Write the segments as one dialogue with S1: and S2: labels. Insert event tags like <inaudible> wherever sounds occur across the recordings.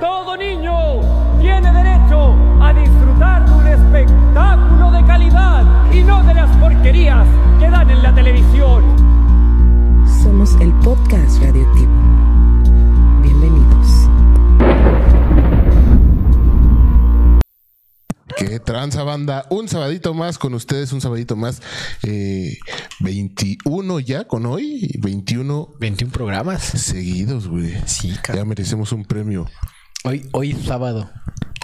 S1: todo niño tiene derecho a disfrutar de un espectáculo de calidad y no de las porquerías que dan en la televisión.
S2: Somos el podcast radioactivo. Bienvenidos.
S3: Qué tranza banda. Un sabadito más con ustedes, un sabadito más. eh, 21 ya con hoy, 21
S4: 21 programas.
S3: seguidos, güey.
S4: Sí,
S3: Ya
S4: cabrón.
S3: merecemos un premio.
S4: Hoy, hoy sábado.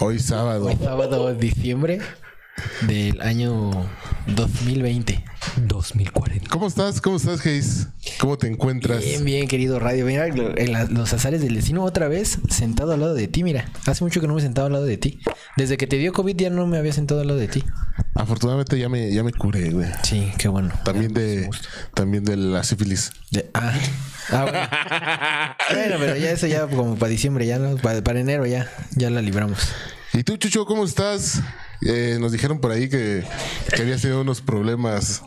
S3: Hoy sábado.
S4: Hoy sábado, diciembre del año 2020. 2040.
S3: ¿Cómo estás? ¿Cómo estás, Geis? ¿Cómo te encuentras?
S4: Bien, bien, querido radio. Mira, lo- en la- los azares del destino otra vez sentado al lado de ti, mira. Hace mucho que no me sentaba al lado de ti. Desde que te dio COVID ya no me había sentado al lado de ti.
S3: Afortunadamente ya me, ya me curé, güey.
S4: Sí, qué bueno.
S3: También de, también de la sífilis.
S4: De- ah, ah, bueno. Bueno, pero ya eso ya como para diciembre, ya no, para, para enero ya, ya la libramos.
S3: ¿Y tú, Chucho, cómo estás? Eh, nos dijeron por ahí que, que había sido unos problemas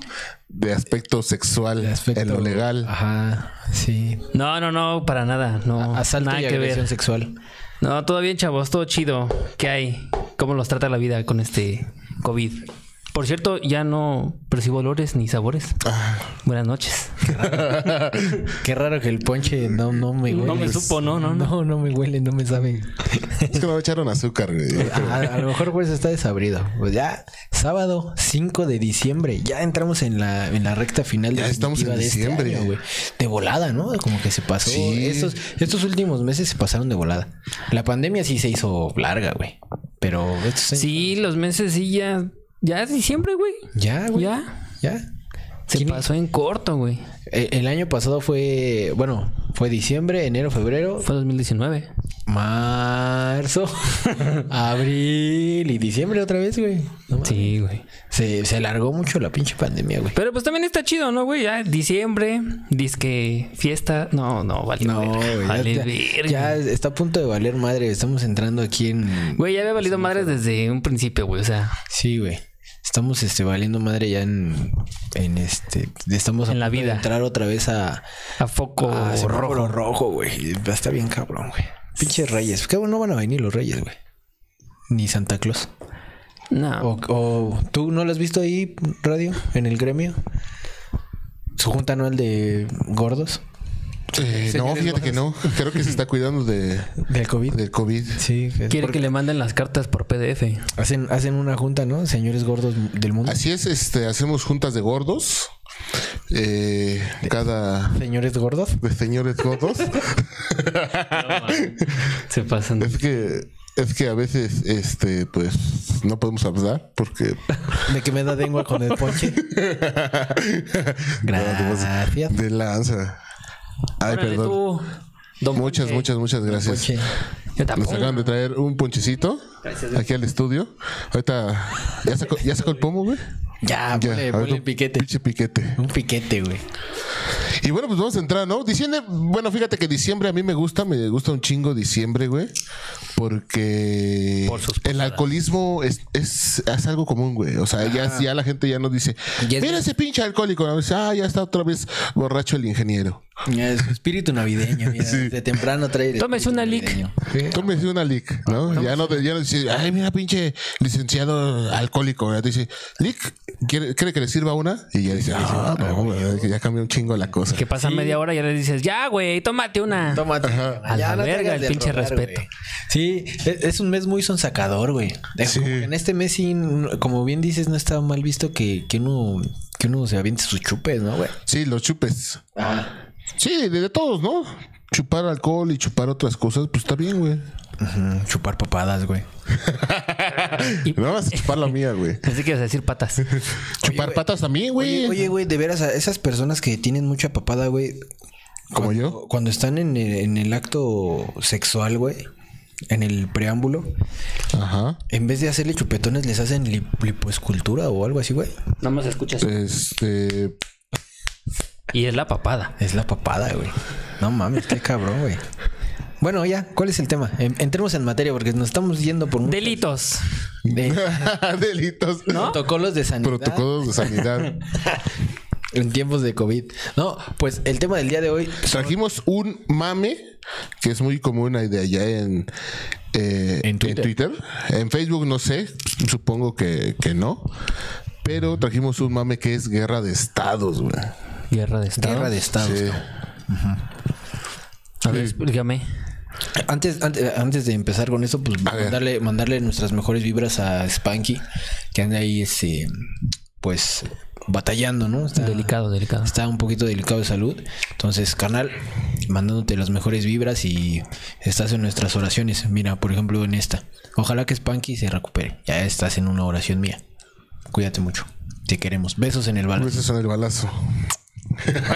S3: de aspecto sexual
S4: De aspecto-
S3: en lo legal.
S4: Ajá, sí.
S5: No, no, no, para nada. No,
S4: Asalto
S5: nada
S4: y
S5: que
S4: agresión
S5: ver.
S4: sexual.
S5: No, todo bien, chavos, todo chido. ¿Qué hay? ¿Cómo los trata la vida con este COVID? Por cierto, ya no percibo olores ni sabores.
S4: Ah.
S5: Buenas noches.
S4: Qué raro que el ponche no, no me huele.
S5: No me supo, no, no, no.
S4: No, no me huele, no me sabe.
S3: Es que no me echaron azúcar, güey.
S4: A, a lo mejor por eso está desabrido. Pues ya, sábado 5 de diciembre. Ya entramos en la, en la recta final.
S3: Ya estamos en
S4: definitiva de este
S3: diciembre.
S4: año, güey. de volada, ¿no? Como que se pasó.
S3: Sí.
S4: Estos, estos últimos meses se pasaron de volada. La pandemia sí se hizo larga, güey. Pero estos años-
S5: Sí, los meses sí ya. Ya es diciembre, güey.
S4: Ya, güey. Ya.
S5: Ya. Se
S4: ¿Quién-
S5: pasó en corto, güey.
S4: El, el año pasado fue, bueno, fue diciembre, enero, febrero.
S5: Fue 2019.
S4: Marzo, <laughs> abril y diciembre otra vez, güey. No mames.
S5: Sí, güey.
S4: Se, se alargó mucho la pinche pandemia, güey.
S5: Pero pues también está chido, ¿no, güey? Ya diciembre, disque fiesta. No, no, vale.
S4: No,
S5: verga,
S4: güey. <laughs> ya-
S5: Vale,
S4: ya,
S5: verga.
S4: ya está a punto de valer madre. Estamos entrando aquí en.
S5: Güey, ya había valido madres desde un principio, güey. O sea,
S4: Sí, güey. Estamos este, valiendo madre ya en, en este. Estamos a
S5: En la
S4: punto de
S5: vida.
S4: entrar otra vez a.
S5: a foco
S4: a semáforo
S5: rojo.
S4: rojo, güey. Va a estar bien cabrón, güey. Pinches reyes. Qué bueno no van a venir los reyes, güey. Ni Santa Claus.
S5: No.
S4: O, o- tú no lo has visto ahí, radio, en el gremio. Su junta anual de gordos
S3: Eh, no, fíjate que no. Creo que se está cuidando de,
S4: del COVID.
S3: del COVID.
S4: Sí, que-
S5: Quiere
S4: porque
S5: que le manden las cartas por PDF.
S4: hacen, hacen una junta, ¿no? Señores gordos del mundo.
S3: Así es, este, hacemos juntas de gordos. Eh, cada
S4: Señores gordos.
S3: de señores gordos.
S5: Se pasan.
S3: es que es que a veces este pues no podemos hablar porque
S4: De que me da lengua con el ponche. Gracias.
S3: de lanza. Ay,
S5: Ah, Órale,
S3: perdón.
S5: tú, don
S3: Muchas,
S5: Ponche.
S3: muchas, muchas gracias.
S4: Ponche.
S5: Yo
S3: Nos
S5: tampoco.
S3: acaban de traer un ponchecito aquí al estudio. Ahorita ya sacó, ya sacó el pomo, güey. Ya,
S4: Ya,
S5: Ah,
S4: ponle,
S3: a ver,
S4: ponle
S3: un
S4: el piquete.
S3: Pinche piquete.
S4: Un piquete, güey.
S3: Y bueno, pues vamos a entrar, ¿no? Diciembre, bueno, fíjate que diciembre a mí me gusta, me gusta un chingo diciembre, güey. Porque
S5: Por sus
S3: el alcoholismo es, es, es algo común, güey. O sea, ya, ya la gente ya no dice,
S4: Ya es-
S3: mira ese pinche alcohólico. ¿no? Dice, ah, ya está otra vez borracho el ingeniero.
S4: Ya, su espíritu navideño. mira,
S3: Sí.
S4: De temprano trae. el
S5: Tómese
S4: espíritu
S5: una lic.
S4: navideño.
S3: Tómese una lic, ¿no? Ya no, te- ya no dice, ay, mira pinche licenciado alcohólico. Ya te dice, lic, ¿quiere, quiere que le sirva una? Y ya dice, ah, no, güey, que ya cambió un chingo la cosa.
S5: Que pasa media hora y ya le dices, ya, güey, tómate una.
S4: Tómate.
S5: A la verga
S4: traigas
S5: el
S4: de
S5: pinche respeto.
S4: güey. Sí, es, es un mes muy sonsacador, güey. De-
S3: Sí.
S4: como que En este mes, sí, n- como bien dices, no está mal visto que, que uno que uno se aviente sus chupes, ¿no, güey?
S3: Sí, los chupes. Sí, de, de todos, ¿no? Chupar alcohol y chupar otras cosas, pues está bien, güey.
S4: Ujú, Mm, Chupar papadas, güey.
S3: Nada más chupar la mía,
S4: <laughs>
S3: güey.
S5: Pensé que ibas a decir <laughs> patas.
S3: Chupar patas también,
S4: Oye,
S3: güey.
S4: oye, güey, de veras, a esas personas que tienen mucha papada, güey,
S3: Como yo.
S4: cuando están en el, en el acto sexual, güey, en el preámbulo,
S3: Ajá.
S4: en vez de hacerle chupetones, les hacen lip- lipoescultura o algo así, güey.
S5: Nada más escuchas.
S3: Este. <laughs>
S5: Y es la papada.
S4: Es la papada, güey. No mames, qué cabrón, güey. Bueno, ya, ¿cuál es el tema? En- entremos en materia porque nos estamos yendo por muchos-
S5: Delitos.
S4: de
S3: Delitos.
S4: protocolos de sanidad
S3: Protocolos de
S4: <laughs>
S3: sanidad.
S4: en tiempos de COVID. No, pues el tema del día de hoy
S3: Trajimos un mame que es muy común ahí de allá en, eh,
S4: En Twitter.
S3: En Facebook no sé, supongo que, que no. Pero trajimos un mame que es guerra de estados, güey.
S4: Ah,
S5: Guerra de Estado.
S4: Guerra de estados.
S3: Sí.
S5: A ver, explícame.
S4: Antes, antes, antes de empezar con eso, pues
S3: A ver.
S4: mandarle, mandarle nuestras mejores vibras a Spanky, que anda ahí, este, pues, batallando, ¿no?
S5: Ah.
S4: Está,
S5: Delicado, delicado.
S4: Está un poquito delicado de salud. Entonces, canal, mandándote las mejores vibras y estás en nuestras oraciones. Mira, por ejemplo, en esta. Ojalá que Spanky se recupere. Ya estás en una oración mía. Cuídate mucho. Te queremos. Besos en el balón.
S3: Besos en el balazo.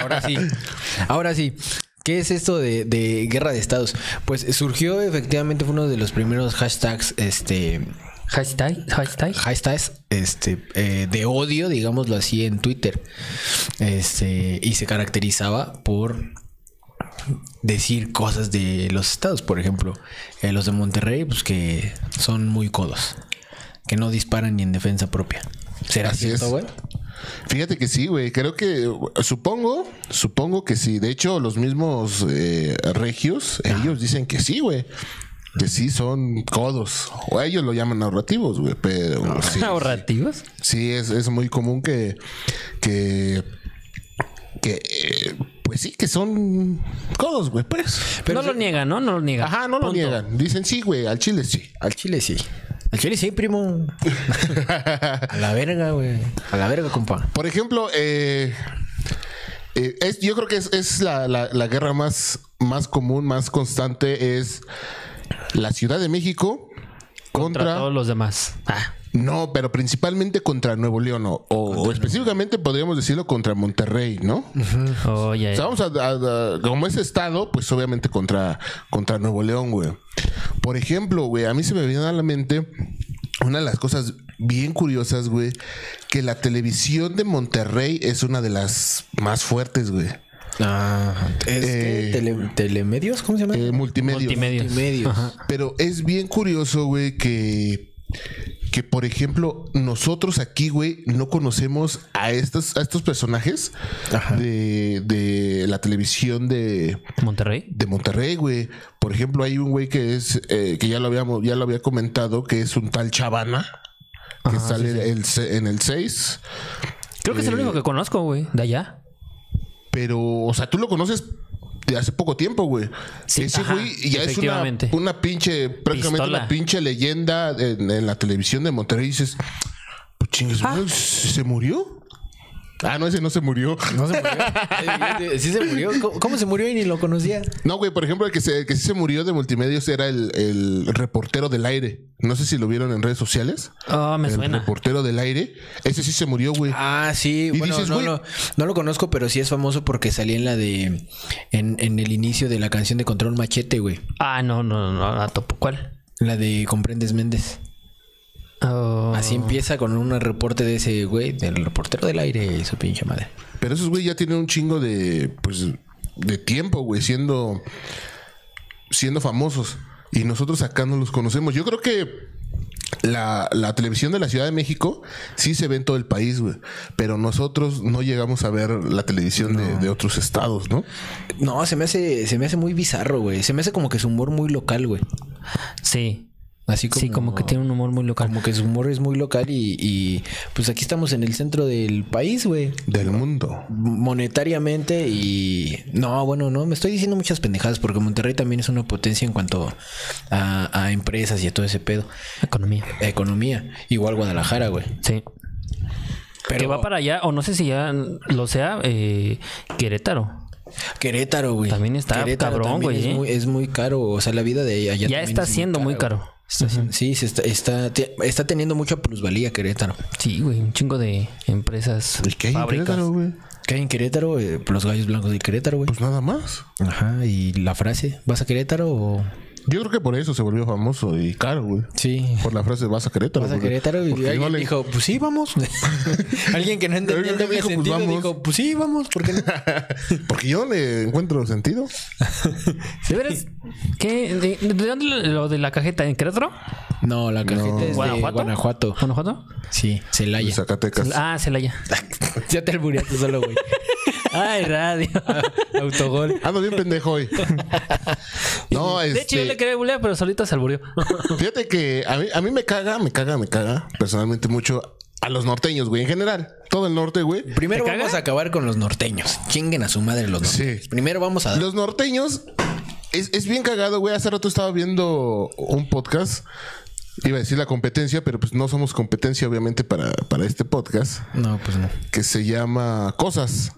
S4: Ahora sí. Ahora sí. ¿Qué es esto de, de guerra de estados? Pues surgió efectivamente fue uno de los primeros hashtags, este,
S5: Hashtag, hashtag.
S4: hashtags, este, eh, de odio, digámoslo así, en Twitter. Este, y se caracterizaba por decir cosas de los estados, por ejemplo, eh, los de Monterrey, pues que son muy codos, que no disparan ni en defensa propia. ¿Será
S3: Así
S4: cierto,
S3: es.
S4: güey?
S3: Fíjate que sí, güey. Creo que supongo, supongo que sí. De hecho, los mismos eh, regios, ellos dicen que sí, güey. Que sí son codos. O ellos lo llaman narrativos, güey. Pero sí,
S5: ¿Ahorrativos?
S3: sí es, es muy común que, que, que, eh, pues sí, que son codos, güey. Pues.
S5: no lo niegan, ¿no? No lo niegan.
S3: Ajá, no lo
S5: Punto.
S3: niegan. Dicen sí, güey, al chile sí.
S4: Al chile sí. Al chile sí, primo. <laughs> A la verga, güey. A la verga, compa.
S3: Por ejemplo, eh, eh, es, yo creo que es, es la, la- la guerra más, más común, más constante, es la Ciudad de México
S5: Contra,
S3: contra...
S5: todos los demás. Ah,
S3: no, pero principalmente contra Nuevo León, o, o específicamente podríamos decirlo contra Monterrey, ¿no? O
S5: oh, ya, ya.
S3: sea, vamos a, a- a- como ese estado, pues obviamente contra, contra Nuevo León, güey. Por ejemplo, güey, a mí se me viene a la mente una de las cosas bien curiosas, güey, que la televisión de Monterrey es una de las más fuertes, güey.
S4: Ah,
S3: Eh,
S4: ¿Telemedios? ¿Cómo se llama?
S3: Eh, multimedia.
S5: Multimedia.
S4: Multimedios.
S3: Pero es bien curioso, güey, que, que por ejemplo, nosotros aquí, güey, no conocemos a estos, a estos personajes
S4: Ajá.
S3: de, de la televisión de,
S5: Monterrey.
S3: de Monterrey, güey. Por ejemplo, hay un güey que es, eh, que ya lo habíamos, ya lo había comentado, que es un tal Chavana, que sale el se- en el 6.
S5: Creo que es el único que conozco, güey, de allá.
S3: Pero, o sea, tú lo conoces de hace poco tiempo, güey.
S5: Sí,
S3: Ese
S5: ajá,
S3: güey ya es una,
S5: efectivamente.
S3: una pinche, prácticamente una
S5: Pistola.
S3: pinche leyenda en, en la televisión de Monterrey. Y dices, pues chingues,
S5: Ah.
S3: güey, ¿se murió? Ah, no, ese no se murió.
S4: ¿No se murió? Eh, sí se murió. ¿Cómo, cómo se murió y ni lo conocía?
S3: <laughs> No, güey, por ejemplo, el que, se, el que sí se murió de multimedios era el, el reportero del aire. No sé si lo vieron en redes sociales.
S5: Ah, me
S3: el
S5: suena.
S3: reportero del aire. Ese sí se murió, güey.
S4: Ah, sí.
S3: Y
S4: Bueno,
S3: dices,
S4: no,
S3: güey-
S4: lo, no lo conozco, pero sí es famoso porque salía en la de... En, en el inicio de la canción de Control Machete, güey.
S5: Ah, no, no, no, no, a topo. ¿Cuál?
S4: La de Comprendes Méndez.
S5: Oh,
S4: Así empieza con un reporte de ese güey, del reportero del aire y su pinche madre.
S3: Pero esos güey ya tienen un chingo de, pues, de tiempo, güey, siendo, siendo famosos. Y nosotros acá no los conocemos. Yo creo que la, la televisión de la Ciudad de México sí se ve en todo el país, güey. Pero nosotros no llegamos a ver la televisión de, de otros estados, ¿no?
S4: No, se me hace, se me hace muy bizarro, güey. Se me hace como que su humor muy local, güey.
S5: Sí.
S4: Así como,
S5: Sí, como que tiene un humor muy local.
S4: como que su humor es muy local y, y, pues aquí estamos en el centro del país, güey.
S3: Del mundo.
S4: Monetariamente y no, bueno, no, me estoy diciendo muchas pendejadas porque Monterrey también es una potencia en cuanto a, a empresas y a todo ese pedo.
S5: Economía.
S4: Economía, igual Guadalajara, güey.
S5: Sí.
S4: Pero
S5: Que va para allá, o no sé si ya lo sea, eh, Querétaro.
S4: Querétaro, güey.
S5: También está
S4: también
S5: cabrón, güey,
S4: Es,
S5: eh.
S4: muy, es muy caro, o sea, la vida de allá.
S5: Ya
S4: también
S5: está
S4: es
S5: siendo muy
S4: cara,
S5: caro.
S4: güey. Está siendo- sí, se está, está, te- está teniendo mucha plusvalía Querétaro.
S5: Sí, güey, un chingo de
S3: <laughs>
S5: empresas,
S3: ¿Y qué hay en
S5: fábricas.
S3: Querétaro, güey?
S4: ¿Qué hay en Querétaro? Eh, los gallos blancos del Querétaro, güey.
S3: Pues nada más.
S4: Ajá, y la frase, ¿vas a Querétaro o...?
S3: Yo creo que por eso se volvió famoso y caro, güey.
S4: Sí.
S3: Por la frase vas a Querétaro.
S4: ¿Vas a
S3: porque-
S4: Querétaro? Y
S3: porque
S4: alguien
S3: no le-
S4: dijo, pues
S3: <laughs>
S4: sí, vamos. alguien que no entendía el
S3: Alguien
S4: doble
S3: dijo, pues,
S4: sentido
S3: vamos.
S4: dijo, pues sí, vamos, ¿por
S3: <laughs>
S4: qué no?
S3: Porque yo no le encuentro sentido.
S5: ¿De veras? ¿Qué? ¿De, de dónde lo, lo de la cajeta? ¿En Querétaro?
S4: No, la cajeta es de
S5: ¿Guanajuato?
S4: Guanajuato.
S5: ¿Guanajuato?
S4: Sí, Celaya.
S3: Zacatecas.
S5: Ah, Celaya.
S4: <laughs> ya te albureaste solo, güey.
S5: Ay, radio.
S4: Autogol.
S3: Ando bien pendejo
S5: <laughs>
S3: hoy. No,
S5: De hecho, yo le
S3: este.
S5: quería bulear, pero solito se alburió.
S3: Fíjate que a mí, a mí me caga, me caga, me caga personalmente mucho a los norteños, güey, en general. Todo el norte, güey.
S4: Primero
S5: ¿Te caga?
S4: vamos a acabar con los norteños. Chinguen a su madre los norteños.
S3: Sí.
S4: Primero vamos a dar.
S3: Los norteños es, es bien cagado, güey. Hace rato estaba viendo un podcast. Iba a decir la competencia, pero pues no somos competencia, obviamente, para, para este podcast,
S4: No, pues no.
S3: que se llama Cosas.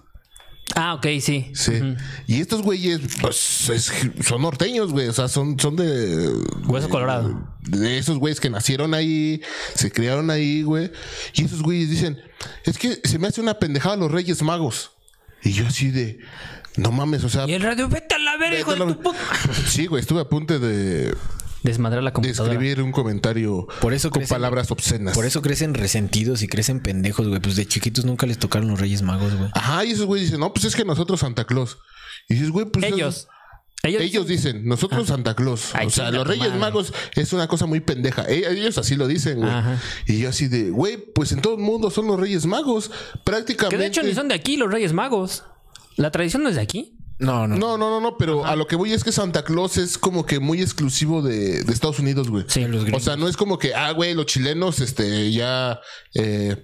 S5: Ah, ok, sí.
S3: Sí. Y estos güeyes, pues, es- son norteños, güey. O sea, son, son de.
S5: Hueso
S3: de-
S5: colorado.
S3: De esos güeyes que nacieron ahí, se criaron ahí, güey. Y esos güeyes dicen, es que se me hace una pendejada los Reyes Magos. Y yo así de. No mames, o sea.
S5: Y el radio, vete a la verga, hijo de tu puta.
S3: <laughs> Sí, güey, estuve a punto de,
S5: Desmadrar la
S3: de
S5: computadora.
S3: escribir un comentario
S4: Por eso
S3: con
S4: crecen-
S3: palabras obscenas.
S4: Por eso crecen resentidos y crecen pendejos, güey. Pues de chiquitos nunca les tocaron los Reyes Magos, güey.
S3: Ajá, y esos güeyes dicen, no, pues es que nosotros Santa Claus. Y dices, güey, pues.
S5: Ellos. Ellos.
S3: Ellos, dicen, nosotros Santa Claus.
S5: Ay,
S3: o sea,
S5: chinga
S3: los
S5: tu
S3: Reyes
S5: madre.
S3: Magos es una cosa muy pendeja. E- Ellos así lo dicen, güey.
S5: Ajá.
S3: Y yo así de, güey, pues en todo el mundo son los Reyes Magos. Prácticamente.
S5: Que de hecho ni son de aquí los Reyes Magos. La tradición no es de aquí.
S4: No, no.
S3: No, no, no, no, pero a lo que voy es que Santa Claus es como que muy exclusivo de, de Estados Unidos, güey.
S5: Sí, los
S3: O sea, no es como que, ah, güey, los chilenos, este, ya eh,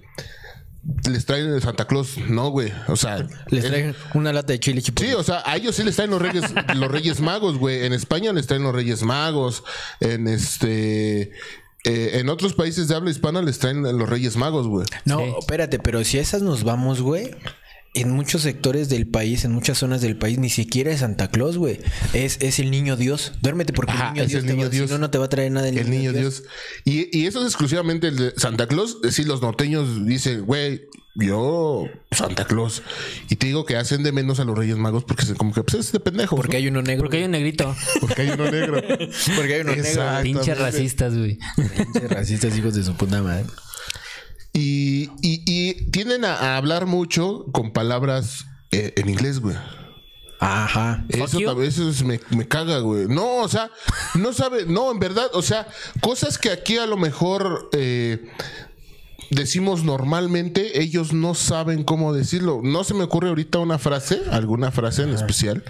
S3: les traen el Santa Claus. No, güey. O sea,
S4: Les
S3: eh,
S4: traen una lata de chile chipotle.
S3: Sí, o sea, a ellos sí les traen los reyes, los reyes magos, güey. En España les traen los reyes magos. En este. eh, en otros países de habla hispana les traen los reyes magos, güey.
S4: No,
S5: Sí.
S4: espérate, pero si a esas nos vamos, güey. En muchos sectores del país, en muchas zonas del país, ni siquiera es Santa Claus, güey. Es, es el niño Dios. Duérmete porque
S3: Ajá,
S4: el niño
S3: es
S4: Dios.
S3: el
S4: te
S3: niño
S4: va-
S3: Dios.
S4: Si no, no te va a traer nada del
S3: El niño Dios. Y, y eso es exclusivamente el de Santa Claus. Sí, los norteños dicen, güey, yo, Santa Claus. Y te digo que hacen de menos a los reyes magos porque se como que, pues, es este pendejo.
S4: Porque
S3: <laughs>
S4: hay uno negro.
S5: Porque hay un negrito.
S3: porque hay uno negro.
S4: Porque hay uno
S3: Exacto.
S5: Pinches racistas, güey.
S4: negro. Racistas, hijos de su puta madre.
S3: Y, y, y tienden a, a hablar mucho con palabras eh, en inglés, güey.
S4: Ajá.
S3: Eso
S5: you.
S3: también eso es- me, me caga, güey. No, o sea, no sabe, no, en verdad, o sea, cosas que aquí a lo mejor eh, decimos normalmente, ellos no saben cómo decirlo. No se me ocurre ahorita una frase, alguna frase en especial,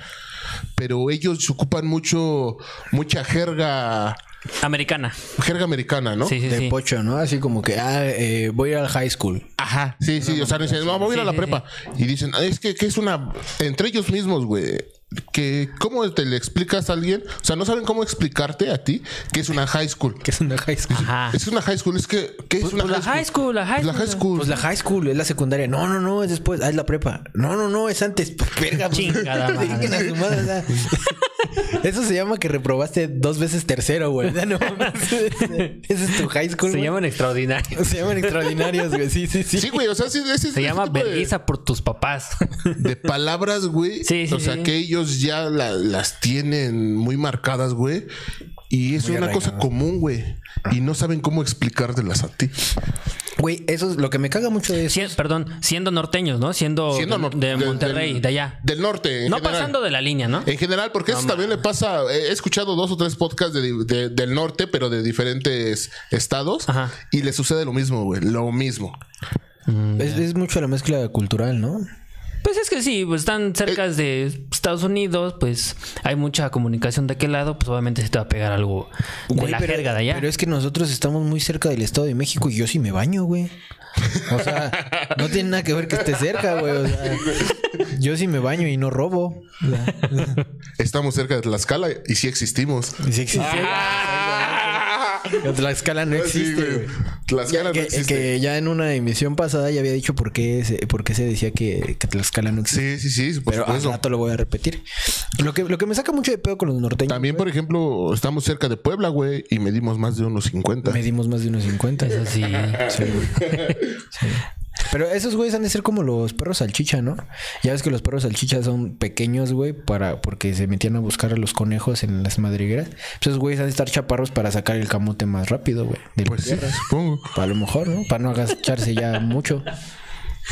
S3: pero ellos ocupan mucho, mucha jerga,
S5: Americana.
S3: jerga americana, ¿no?
S5: Sí, sí,
S4: de
S5: sí.
S4: pocho, ¿no? Así como que, ah, eh, voy a ir al high school.
S3: Ajá, sí, sí, o sea, dicen, no, voy a ir a la
S5: sí,
S3: prepa. Y dicen, "Ah, es que, que es una. Entre ellos mismos, güey. Que, ¿Cómo te le explicas a alguien? O sea, no saben cómo explicarte a ti que es una high school.
S4: ¿Qué es una high school?
S5: Ajá.
S3: Es una high school, es que. ¿Qué es
S5: Pues-
S3: una
S5: pues la high school, la high
S3: Pues
S5: school.
S4: Pues la high school es la secundaria. No, no, no, es después. Ah, es la prepa. No, no, no, es antes. <laughs> Pues, verga, pues. <laughs>
S5: Chingada madre.
S4: Chinguen a su madre, o sea. <laughs> Eso se llama que reprobaste dos veces tercero, güey. <laughs> O sea, no mames. Ese es tu high school.
S5: Se
S4: güey.
S5: llaman
S4: <laughs>
S5: extraordinarios.
S4: se llaman extraordinarios, güey. Sí, sí, sí.
S3: Sí, güey, o sea, sí, ese-
S5: Se
S3: ese
S5: llama
S3: tipo de-
S5: vergüenza por tus papás.
S3: De palabras, güey.
S5: Sí, sí,
S3: o sea,
S5: sí.
S3: que ellos ya la- las tienen muy marcadas, güey. Y es
S4: Muy
S3: una cosa
S4: arraigadas.
S3: común, güey. Y no saben cómo explicártelas a ti.
S4: Güey, eso es lo que me caga mucho de eso.
S5: Sien- perdón, siendo norteños, ¿no? Siendo,
S3: Siendo
S5: de,
S3: nor-
S5: de
S3: del-
S5: Monterrey,
S3: del-
S5: de allá.
S3: Del norte. en
S5: no
S3: general.
S5: pasando de la línea, ¿no?
S3: En general, porque eso también le pasa. He escuchado dos o tres podcasts de- de- del norte, pero de diferentes estados.
S5: Ajá.
S3: Y le sucede lo mismo, güey. Lo mismo.
S4: Es, es mucho la mezcla cultural, ¿no?
S5: Pues es que sí, pues están cerca
S4: Eh,
S5: de Estados Unidos, pues hay mucha comunicación de aquel lado, pues obviamente se te va a pegar algo de
S4: Güey,
S5: la
S4: pero,
S5: jerga de allá.
S4: pero es que nosotros estamos muy cerca del Estado de México y yo sí me baño, güey. O sea, no tiene nada que ver que esté cerca, güey. O sea, yo sí me baño y no robo. O sea,
S3: Estamos cerca de Tlaxcala y sí existimos.
S4: y si existe. La escala <laughs> no
S3: Ah. Sí,
S4: existe,
S3: güey.
S4: güey.
S3: Tlaxcala
S4: Ya
S3: no
S4: que, eh,
S3: existe.
S4: que ya en una emisión pasada ya había dicho por qué se, por qué se decía que, que Tlaxcala no existe.
S3: Sí, sí, sí. Por
S4: pero al
S3: supuesto.
S4: rato lo voy a repetir. Lo que, lo que me saca mucho de pedo con los norteños.
S3: También, por ejemplo, estamos cerca de Puebla, güey, y medimos más de unos 50.
S4: Medimos más de unos 50.
S5: Eso
S3: <laughs>
S5: sí.
S4: Sí, güey. Sí. Pero esos güeyes han de ser como los perros salchicha, ¿no? Ya ves que los perros salchicha son pequeños, güey, para porque se metían a buscar a los conejos en las madrigueras. Pues esos güeyes han de estar chaparros para sacar el camote más rápido, güey. de la
S3: Pues sí,
S4: tierra.
S3: supongo.
S4: A lo mejor, ¿no? Para no agacharse ya mucho.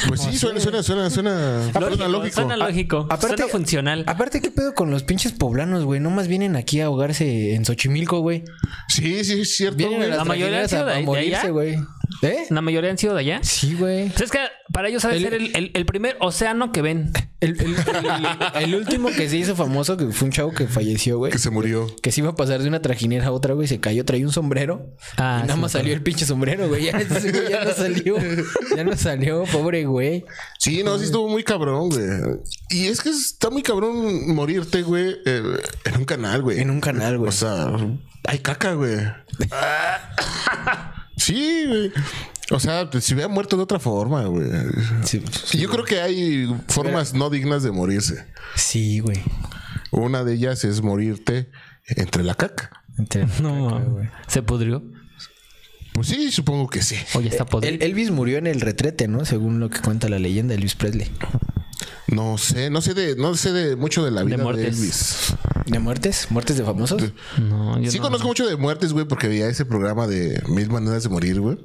S3: Pues sí, suena, suena, suena, suena. suena lógico.
S5: Suena lógico. suena funcional.
S4: Ah, Aparte, ¿qué pedo con los pinches poblanos, güey? No más vienen aquí a ahogarse en Xochimilco, güey.
S3: Sí, sí, es cierto,
S4: Vienen a
S3: güey.
S4: las
S5: La mayoría han
S4: trajineras a,
S5: sido de-
S4: a
S5: de
S4: morirse,
S5: allá.
S4: güey. ¿Eh?
S5: La mayoría han sido de allá.
S4: Sí, güey.
S5: Pues es que para ellos ha de
S4: El- <laughs>
S5: ser el, el- el primer océano que ven.
S4: El, el- el- el último que se hizo famoso, que fue un chavo que falleció, güey.
S3: Que se murió.
S4: Que se iba a pasar de una trajinera a otra, güey. Se cayó, traía un sombrero.
S5: Ah,
S4: y nada
S5: sí,
S4: más
S5: me acuerdo.
S4: salió el pinche sombrero, güey. Ya, <laughs> ese güey ya no salió. Ya no salió, pobre güey.
S3: Sí, no, sí estuvo muy cabrón, güey. Y es que está muy cabrón morirte, güey, eh, en un canal, güey.
S4: En un canal, güey.
S3: O sea, hay caca,
S4: <laughs>
S3: güey. sí, güey. O sea, pues, si hubiera muerto de otra forma, güey.
S4: Sí,
S3: Yo creo que hay formas no dignas de morirse.
S4: sí, güey.
S3: Una de ellas es morirte entre la caca.
S4: Entre-
S5: No, se pudrió.
S3: Pues sí, supongo que sí.
S5: O ya está podrido.
S4: El- Elvis murió en el retrete, ¿no? Según lo que cuenta la leyenda de Elvis Presley.
S3: No sé, no sé de, no sé de mucho de la vida de,
S5: muertes.
S3: Elvis.
S4: ¿De muertes? ¿Muertes de famosos?
S5: No, yo
S3: Sí
S5: no.
S3: conozco mucho de muertes, güey, porque veía ese programa de Mil Maneras de Morir, güey.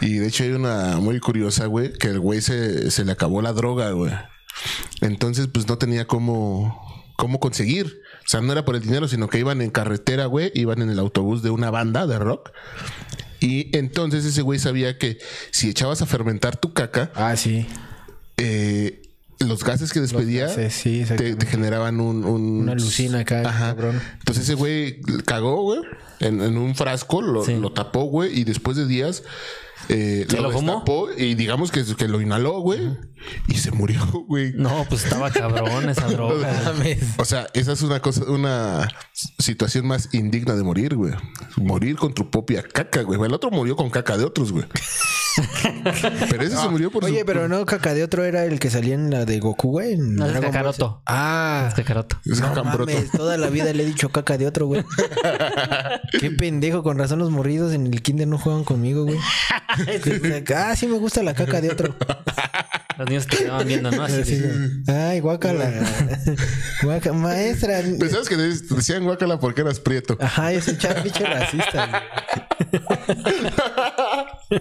S3: Y de hecho hay una muy curiosa, güey, que el güey se, se le acabó la droga, güey. Entonces, pues no tenía cómo, cómo conseguir. O sea, no era por el dinero, sino que iban en carretera, güey, iban en el autobús de una banda de rock. Y entonces ese güey sabía que si echabas a fermentar tu caca,
S4: Ah, sí.
S3: eh, los gases que despedía
S4: gases, sí,
S3: te, te generaban un, un-
S4: Una alucina acá, cabrón.
S3: Entonces ese güey cagó, güey, en, en un frasco, lo,
S5: Sí.
S3: lo tapó, güey, y después de días eh,
S5: ¿Se
S3: lo,
S5: lo fumó?
S3: destapó y digamos que, que lo inhaló, güey, y se murió, <laughs> güey.
S5: No, pues estaba cabrón
S4: <laughs>
S5: esa droga.
S4: Mames.
S3: O sea, esa es una cosa, una situación más indigna de morir, güey. Morir con tu propia caca, güey. El otro murió con caca de otros,
S4: <laughs>
S3: güey. pero ese se murió por su-
S4: Oye, pero no, caca de otro era el que salía en la de Goku, güey. en
S5: No, es
S4: Dragon Ball
S5: Kakaroto.
S4: Z. Ah,
S5: Este caroto.
S3: Es
S4: no
S3: cacambroto.
S4: mames, <laughs> toda la vida le he dicho caca de otro, <laughs> güey. Qué pendejo, con razón los morridos en el kinder no juegan conmigo, <laughs> güey. ah, sí me gusta la caca de otro.
S5: Los niños te quedaban viendo, ¿no?
S4: <laughs>
S5: Así
S4: Sí.
S5: de-
S4: Ay, guácala. <laughs> Guaca- maestra.
S3: Pensabas que te decían guacala porque eras prieto.
S4: Ajá, ese chavo pinche racista.
S3: <laughs>
S4: güey.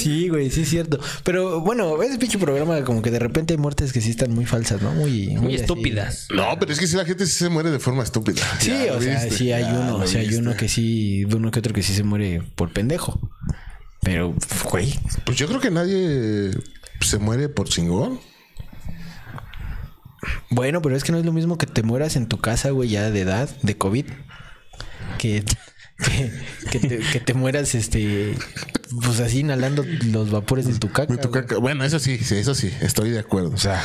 S4: sí, güey, sí es cierto. Pero bueno, ese pinche programa como que de repente hay muertes que sí están muy falsas, ¿no? Muy,
S5: Muy
S4: así.
S5: estúpidas.
S3: No, pero es que si la gente sí se muere de forma estúpida.
S4: Sí,
S3: Ya lo
S4: o sea,
S3: viste,
S4: sí hay
S3: ya
S4: uno,
S3: lo
S4: o sea, hay
S3: viste.
S4: uno que sí, uno que otro que sí se muere por pendejo. Pero, güey,
S3: Pues yo creo que nadie pues, se muere por chingón.
S4: bueno, pero es que no es lo mismo que te mueras en tu casa, güey, ya de edad, de COVID, que, que, que te, que te mueras, este, pues así inhalando los vapores de tu caca.
S3: Me toca-
S4: güey.
S3: Bueno, eso sí, sí, eso sí, estoy de acuerdo. O sea,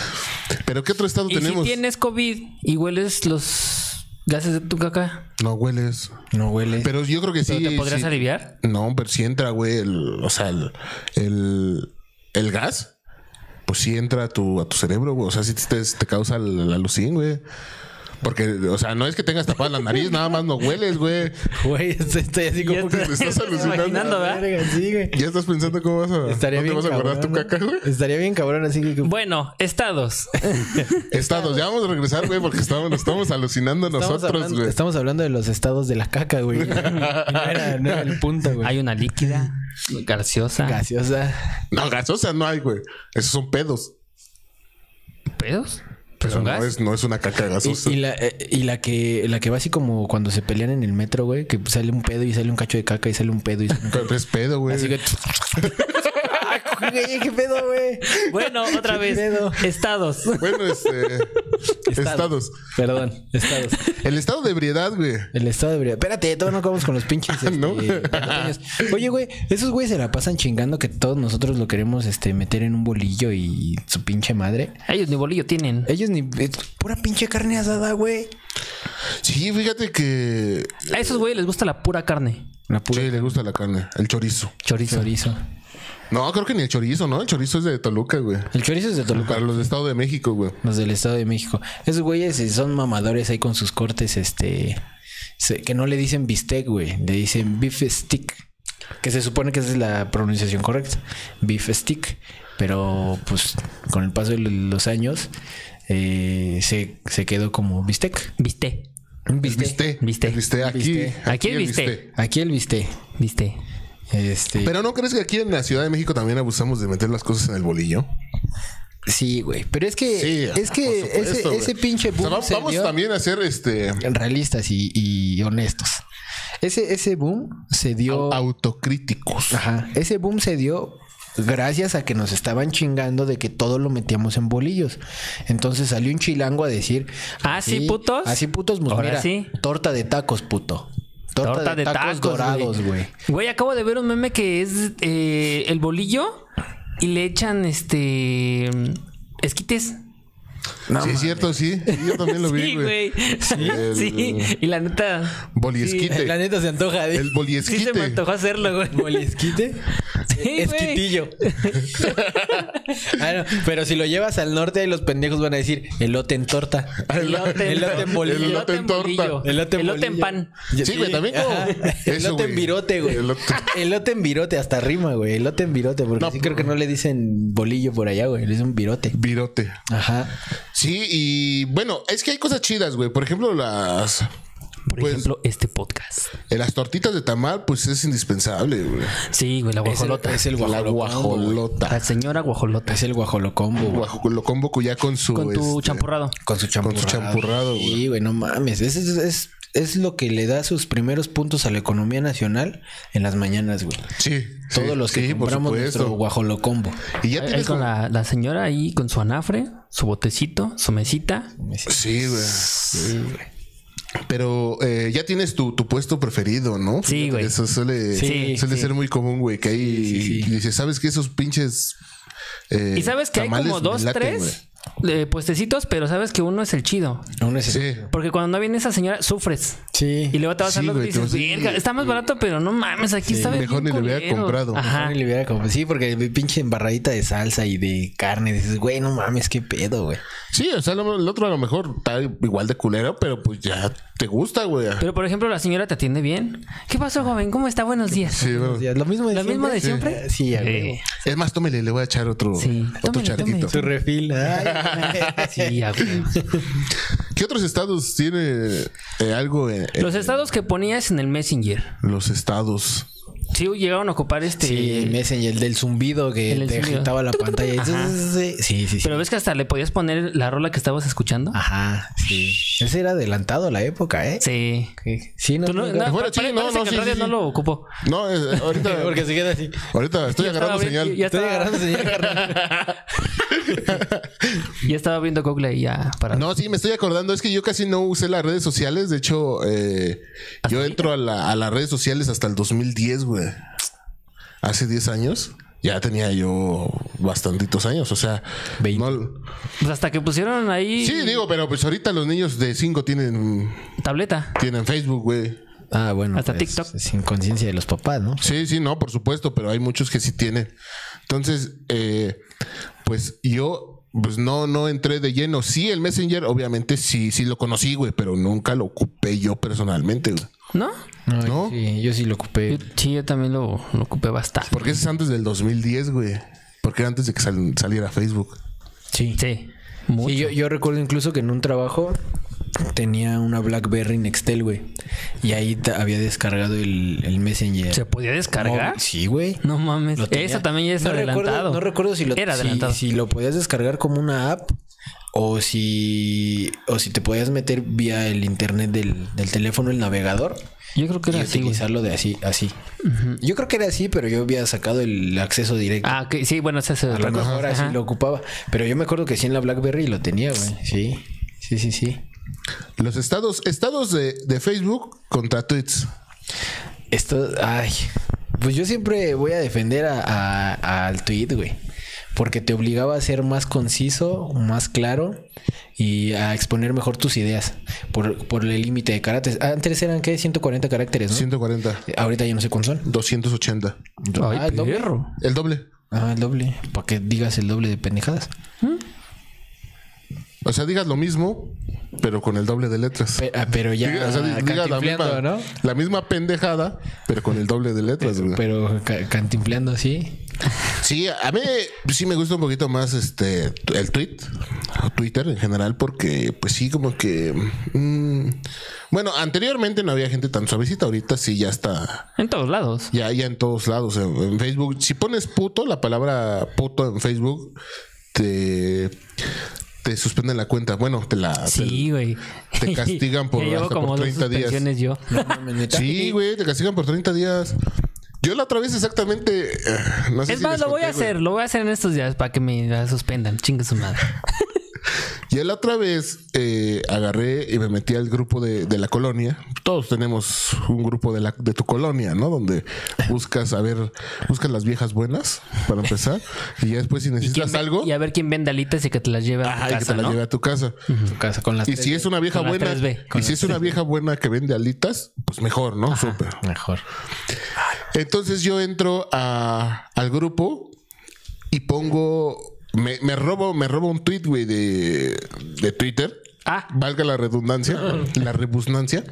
S3: pero ¿qué otro estado
S5: Y
S3: tenemos?
S5: si tienes COVID y hueles los gases de tu caca,
S3: No hueles.
S4: No huele.
S3: Pero yo creo que sí.
S5: ¿pero te podrías
S3: sí.
S5: aliviar?
S3: No, pero si entra, güey, el, o sea, el, el, el gas, pues sí entra a tu, a tu cerebro, güey. O sea, sí te, te causa la alucín, güey. Porque, o sea, no es que tengas tapada la nariz, nada más no hueles, güey. <laughs>
S4: Güey, estoy estoy así como
S3: Porque
S4: <laughs>
S3: te estás alucinando.
S5: imaginando, ¿verdad?
S4: Verga, sí, güey.
S3: Ya estás pensando cómo vas a,
S4: Estaría
S3: ¿no te
S4: bien
S3: vas a guardar tu
S4: cabrón,
S3: caca,
S4: ¿no?
S3: güey.
S4: Estaría bien cabrón, así que
S5: Bueno, estados.
S3: Estados, ya vamos a regresar, güey, porque estamos, nos estamos alucinando
S4: Estamos
S3: nosotros,
S4: hablando,
S3: güey.
S4: estamos hablando de los estados de la
S3: <laughs>
S4: caca, güey. No era, no era el punto, güey.
S5: Hay una líquida, gaseosa.
S4: gaseosa.
S3: No, gasosa no hay, güey. Esos son pedos.
S5: ¿Pedos? Pues
S3: Pero
S5: un
S3: no
S5: gas.
S3: es, no es una caca gasosa.
S4: Y, y la, eh, y la que la que va así como cuando se pelean en el metro, güey, que sale un pedo y sale un cacho de caca y sale un pedo y sale un...
S3: Pero es pedo, güey.
S4: Así que... Ay,
S3: <laughs>
S4: güey, ¿Qué pedo, güey?
S5: Bueno, otra
S4: Qué
S5: vez.
S4: pedo.
S5: Estados.
S3: Bueno,
S4: <laughs>
S3: este. estados.
S4: Perdón, estados.
S3: El estado de ebriedad, güey.
S4: El estado de ebriedad. Espérate, todavía no acabamos con los
S3: <laughs>
S4: pinches. este,
S3: Ah, ¿No?
S4: peloteños. Oye, güey, esos güeyes se la pasan chingando que todos nosotros lo queremos este, meter en un bolillo y su pinche madre.
S5: Ellos ni bolillo tienen.
S4: Ellos ni. es pura pinche carne asada, güey.
S3: Sí, fíjate que.
S5: A esos güeyes les gusta la pura carne.
S4: La pura
S3: Sí, le gusta la carne. El chorizo.
S5: Chorizo.
S4: chorizo.
S3: No, creo que ni el chorizo, ¿no? El chorizo es de Toluca, güey.
S4: El chorizo es de Toluca.
S3: Para los de Estado de México, güey.
S4: Los del Estado de México. Esos güeyes eh, son mamadores ahí con sus cortes, este. se- que no le dicen bistec, güey. Le dicen beef stick. Que se supone que esa es la pronunciación correcta. Beef stick. Pero pues con el paso de lo- los años eh, se, se quedó como bistec.
S5: Viste.
S4: Un
S3: El bisté.
S5: Bisté.
S3: El bisté aquí.
S4: Bisté.
S5: Aquí el
S3: el
S5: bisté.
S4: Aquí el bistec.
S5: Viste.
S4: Este.
S3: Pero no crees que aquí en la Ciudad de México también abusamos de meter las cosas en el bolillo.
S4: sí, güey. Pero es que.
S3: Sí,
S4: Eh,
S3: ah,
S4: es que
S3: por supuesto,
S4: ese,
S3: güey.
S4: ese pinche
S3: O sea,
S4: boom
S3: va-
S4: se
S3: vamos
S4: dio-
S3: también a hacer este
S4: realistas y, y honestos. Ese, ese boom se dio.
S3: autocríticos.
S4: Ah, Ajá. Ese boom se dio gracias a que nos estaban chingando de que todo lo metíamos en bolillos. Entonces salió un chilango a decir,
S5: Ah, sí, putos.
S4: Así putos, pues
S5: Ahora
S4: mira,
S5: sí.
S4: torta de tacos, puto. Torta, de, tacos, dorados, güey.
S5: Güey, acabo de ver un meme que es eh, el bolillo y le echan este mm, esquites.
S3: sí, es cierto, sí. Sí, Yo también lo vi,
S5: sí,
S3: güey.
S5: güey. Sí,
S3: El-
S5: <laughs> sí. Y la neta.
S3: Boliesquite.
S4: La neta se antoja de
S3: El
S5: Sí se me
S3: boliesquite.
S5: antojó hacerlo, güey.
S4: esquite.
S5: Sí, güey. <laughs>
S4: Esquitillo. Ah, no, pero si lo llevas al norte, ahí los pendejos van a decir elote en torta.
S5: <laughs> Elote,
S4: Elote en bolillo.
S3: Elote en torta.
S5: bolillo.
S4: Elote en,
S5: Elote en
S4: bolillo.
S5: pan.
S3: Sí, güey, también como-
S4: Ajá.
S3: eso,
S4: Elote en
S3: güey.
S4: virote, güey.
S3: Elote.
S4: Elote en virote, hasta rima, güey. Elote en virote, porque
S3: No,
S4: sí
S3: p-
S4: creo que no le dicen bolillo por allá, güey. Le dicen virote.
S3: Virote.
S4: Ajá.
S3: Sí, y bueno, es que hay cosas chidas, güey. Por ejemplo, las.
S5: Por
S3: pues,
S5: ejemplo, este podcast.
S3: eh, las tortitas de tamal, pues es indispensable, güey.
S5: Sí, güey, la guajolota.
S4: Es el, es el
S3: La
S5: La
S3: guajolota.
S5: señora guajolota.
S4: Es el guajolocombo, güey.
S3: Guajo- Lo convoco ya con su.
S5: Con tu
S3: este,
S5: champurrado.
S4: Con su champurrado.
S3: champurrado, güey.
S4: Sí, güey, no mames. Es, es, es- es lo que le da sus primeros puntos a la economía nacional en las mañanas, güey.
S3: Sí.
S4: Todos
S3: sí,
S4: los que
S3: sí, por
S4: compramos
S3: supuesto.
S4: nuestro guajolocombo.
S3: Y ya
S5: Ahí
S3: tienes.
S5: Eh, con
S3: como-
S5: la, la señora ahí con su anafre, su botecito, su mesita.
S3: Sí, güey. Pero eh, ya tienes tu, tu puesto preferido, ¿no?
S5: Sí,
S3: Fíjate,
S5: güey.
S3: Eso suele,
S5: Sí,
S3: suele
S5: sí.
S3: ser muy común, güey. Que ahí dices, ¿sabes qué? Esos pinches. eh,
S5: Y sabes que hay
S3: tamales
S5: como
S3: me
S5: dos,
S3: laten,
S5: tres eh, puestecitos, pero sabes que uno es el chido.
S4: No necesito.
S3: güey. Sí.
S5: Porque cuando no viene esa señora, sufres.
S4: Sí.
S5: Y luego te vas
S3: Sí,
S5: a lo
S3: güey,
S5: y dices,
S3: te vas a-
S5: "Verga, está más barato, pero no mames, aquí está bien
S3: Mejor ni le hubiera
S5: culero".
S3: comprado.
S5: Ajá.
S4: Ni le hubiera como- Sí, porque pinche embarradita de salsa y de carne. Dices, güey, no mames, qué pedo, güey.
S3: Sí, o sea, lo- el otro a lo mejor está igual de culero, pero pues ya te gusta, güey.
S5: Pero por ejemplo, la señora te atiende bien. ¿Qué pasó, joven? ¿Cómo está? Buenos días.
S3: Sí, bueno.
S4: O sea, Lo mismo de
S5: ¿Lo
S4: siempre.
S5: mismo de siempre?
S4: Sí, a huevo.
S5: Eh,
S3: Es más, tómele, le voy a echar otro,
S5: Sí,
S3: otro
S5: tómele,
S3: charquito.
S4: Tu refil. ay.
S5: sí, a huevo.
S3: ¿Qué otros estados tiene eh, algo en, en
S5: <laughs> Los estados que ponías en el Messenger.
S3: los estados?
S5: Sí, llegaron a ocupar
S4: <laughs>
S5: este.
S4: Sí, el Messenger, el del zumbido que
S5: El del
S4: te
S5: zumbido.
S4: agitaba la pantalla.
S5: Ajá.
S4: Sí, sí, sí.
S5: Pero ves que hasta le podías poner la rola que estabas escuchando.
S4: Ah. Ajá, sí. Ese era adelantado a la época, ¿eh?
S5: Sí.
S4: Sí, no.
S5: Tú no, no,
S3: Bueno,
S5: pare-
S3: sí,
S5: parece
S3: no, no,
S5: que
S3: sí,
S5: en radio
S3: sí,
S5: no
S3: sí.
S5: lo ocupó.
S3: No, eh,
S5: <laughs>
S3: ahorita,
S4: <laughs> Porque se queda así.
S3: ahorita estoy agarrando
S5: estaba
S3: señal.
S5: bien, ya-
S4: Estoy
S5: estaba-
S4: agarrando señal,
S5: <laughs>
S4: carnal.
S5: Ya estaba viendo Google y ya para.
S3: No, sí, me estoy acordando. Es que yo casi no usé las redes sociales. De hecho, eh, yo entro a, la- a las redes sociales hasta el 2010, güey. Hace 10 años. Ya tenía yo bastantitos años. O sea,
S4: Veinte.
S3: no-
S5: Pues hasta que pusieron ahí
S3: sí, digo, pero pues ahorita los niños de 5 tienen,
S5: tableta.
S3: tienen Facebook, güey.
S4: Ah, bueno.
S5: Hasta TikTok.
S4: Sin conciencia de los papás, ¿no?
S3: Sí, sí, no, por supuesto, pero hay muchos que sí tienen. Entonces, eh, pues yo, pues no, no entré de lleno. Sí, el Messenger, obviamente, sí, sí lo conocí, güey, pero nunca lo ocupé yo personalmente, güey.
S5: ¿No?
S4: No,
S3: ¿No?
S4: Sí, yo sí lo ocupé.
S5: Yo- sí, yo también lo, lo ocupé bastante.
S3: Porque ese es antes del 2010, güey. Porque era antes de que sal- saliera Facebook.
S4: Sí.
S5: Sí. Mucho.
S4: Sí, yo, yo recuerdo incluso que en un trabajo tenía una BlackBerry Nextel, güey. Y ahí ta- había descargado el, el Messenger.
S5: ¿Se podía descargar?
S4: Móvil. Sí, güey.
S5: No mames.
S4: Lo tenía.
S5: Eso también ya es
S4: No recuerdo-
S5: adelantado.
S4: no recuerdo si lo,
S5: Era
S4: si-
S5: adelantado.
S4: si lo podías descargar como una app o si, o si te podías meter vía el internet del, del teléfono, el navegador.
S5: Yo creo que
S4: Y
S5: era así, güey.
S4: utilizarlo de así, así. Yo creo que era así, pero yo había sacado el acceso directo.
S5: Ah, que sí, bueno, ese es
S4: A
S5: otra
S4: lo
S5: cosa.
S4: mejor así
S5: Ajá.
S4: lo ocupaba. Pero yo me acuerdo que sí en la BlackBerry lo tenía, güey. Sí, sí, sí, sí.
S3: Los estados, estados de, de Facebook contra tweets.
S4: Esto, ay. Pues yo siempre voy a defender a- a- al tweet, güey. Porque te obligaba a ser más conciso, más claro y a exponer mejor tus ideas por, por el límite de caracteres. Antes eran, ¿qué? 140 caracteres, ¿no?
S3: 140,
S4: Ahorita ya no sé cuántos son.
S3: 280.
S5: Ay,
S4: Ah, el doble.
S5: perro.
S3: El doble.
S4: Ah, el doble. Para que digas el doble de pendejadas.
S3: O sea, digas lo mismo, pero con el doble de letras.
S4: Pe- ah, pero ya
S3: Diga- o sea, di- digas la
S4: cantinfleando,
S3: misma,
S4: ¿no?
S3: la misma pendejada, pero con el doble de letras, güey.
S4: Pero ca- cantimpleando así.
S3: Sí, a mí sí me gusta un poquito más este el tweet o Twitter en general porque pues sí como que mm, bueno anteriormente no había gente tan suavecita ahorita sí ya está
S5: En todos lados.
S3: ya ya en todos lados en, en Facebook si pones puto la palabra puto en Facebook te te suspenden la cuenta bueno te la
S5: Sí, güey. <laughs>
S3: te castigan por-
S5: Ya llevo
S3: hasta
S5: como
S3: por
S5: dos
S3: 30 días.
S5: suspensiones yo.
S4: No mames,
S3: te-
S4: neta.
S3: sí güey te castigan por 30 días Yo la otra vez exactamente. eh, No sé
S5: es
S3: si
S5: más,
S3: les
S5: lo voy a
S3: conté, güey.
S5: hacer, lo voy a hacer en estos días para que me suspendan. Chingue su madre.
S3: Ya la otra vez eh, agarré y me metí al grupo de, de la colonia. Todos tenemos un grupo de, la, de tu colonia, ¿no? Donde buscas a ver, buscas las viejas buenas para
S5: <laughs>
S3: empezar. Y ya después, si
S5: ¿Y, quién
S3: necesitas
S5: ve-
S3: algo,
S5: y a ver quién vende alitas y que te las lleve
S3: ¿Oh?
S5: a tu
S3: ajá, y que
S5: casa,
S3: te la
S5: ¿no?
S3: lleve a tu casa.
S4: Tu casa con las
S3: Y si es una vieja
S5: con las
S3: buena,
S5: 3B,
S3: y
S5: con
S3: si es una vieja buena que vende alitas, pues mejor, ¿no? Súper.
S4: Mejor.
S3: Entonces yo entro a- al grupo y pongo. Me, me robo, me robo un tweet, güey, de, de Twitter.
S5: Ah.
S3: Valga la
S5: <laughs>
S3: redundancia, la rebusnancia.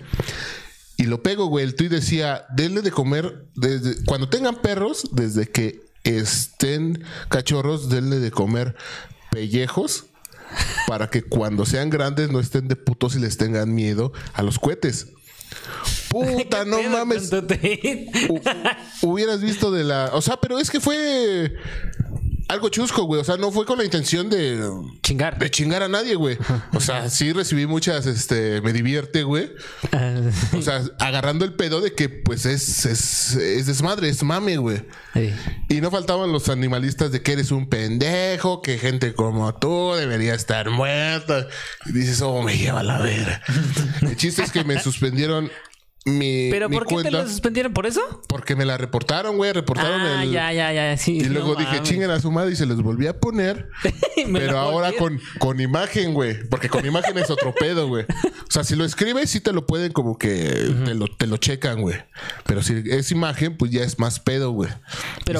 S3: Y lo pego, güey. El tweet decía: denle de comer desde. Cuando tengan perros, desde que estén cachorros, denle de comer pellejos. Para que cuando sean grandes no estén de putos y les tengan miedo a los
S5: <laughs>
S3: cohetes. Puta, no
S5: Pedo
S3: mames.
S5: con tu tweet.
S3: Hu- hubieras visto de la. O sea, pero es que fue algo chusco, güey. O sea, no fue con la intención de,
S5: <laughs> Chingar.
S3: de chingar a nadie, güey. O sea, sí recibí muchas, este, me divierte, güey.
S5: Ah,
S3: O sea, agarrando el pedo de que, pues, es, es, es desmadre, es mame, güey.
S5: <laughs> sí.
S3: Y no faltaban los animalistas de que eres un pendejo, que gente como tú debería estar muerta. Y dices, oh, me lleva la verga. El chiste es que me suspendieron mi.
S5: ¿Pero
S3: mi
S5: por qué
S3: cuenta.
S5: te lo suspendieron? ¿Por eso?
S3: Porque me la reportaron, güey. Reportaron
S5: Ah,
S3: el.
S5: ya, ya, ya. Sí,
S3: Y luego dije,
S5: chinga <laughs>
S3: chinguen a su madre y se les volví a poner. pero ahora con, con imagen, güey. Porque con imagen es otro pedo, güey. O sea, si lo escribes, sí te lo pueden como que te, lo, te lo checan, güey. Pero si es imagen, pues ya es más pedo, güey.
S5: ¿Pero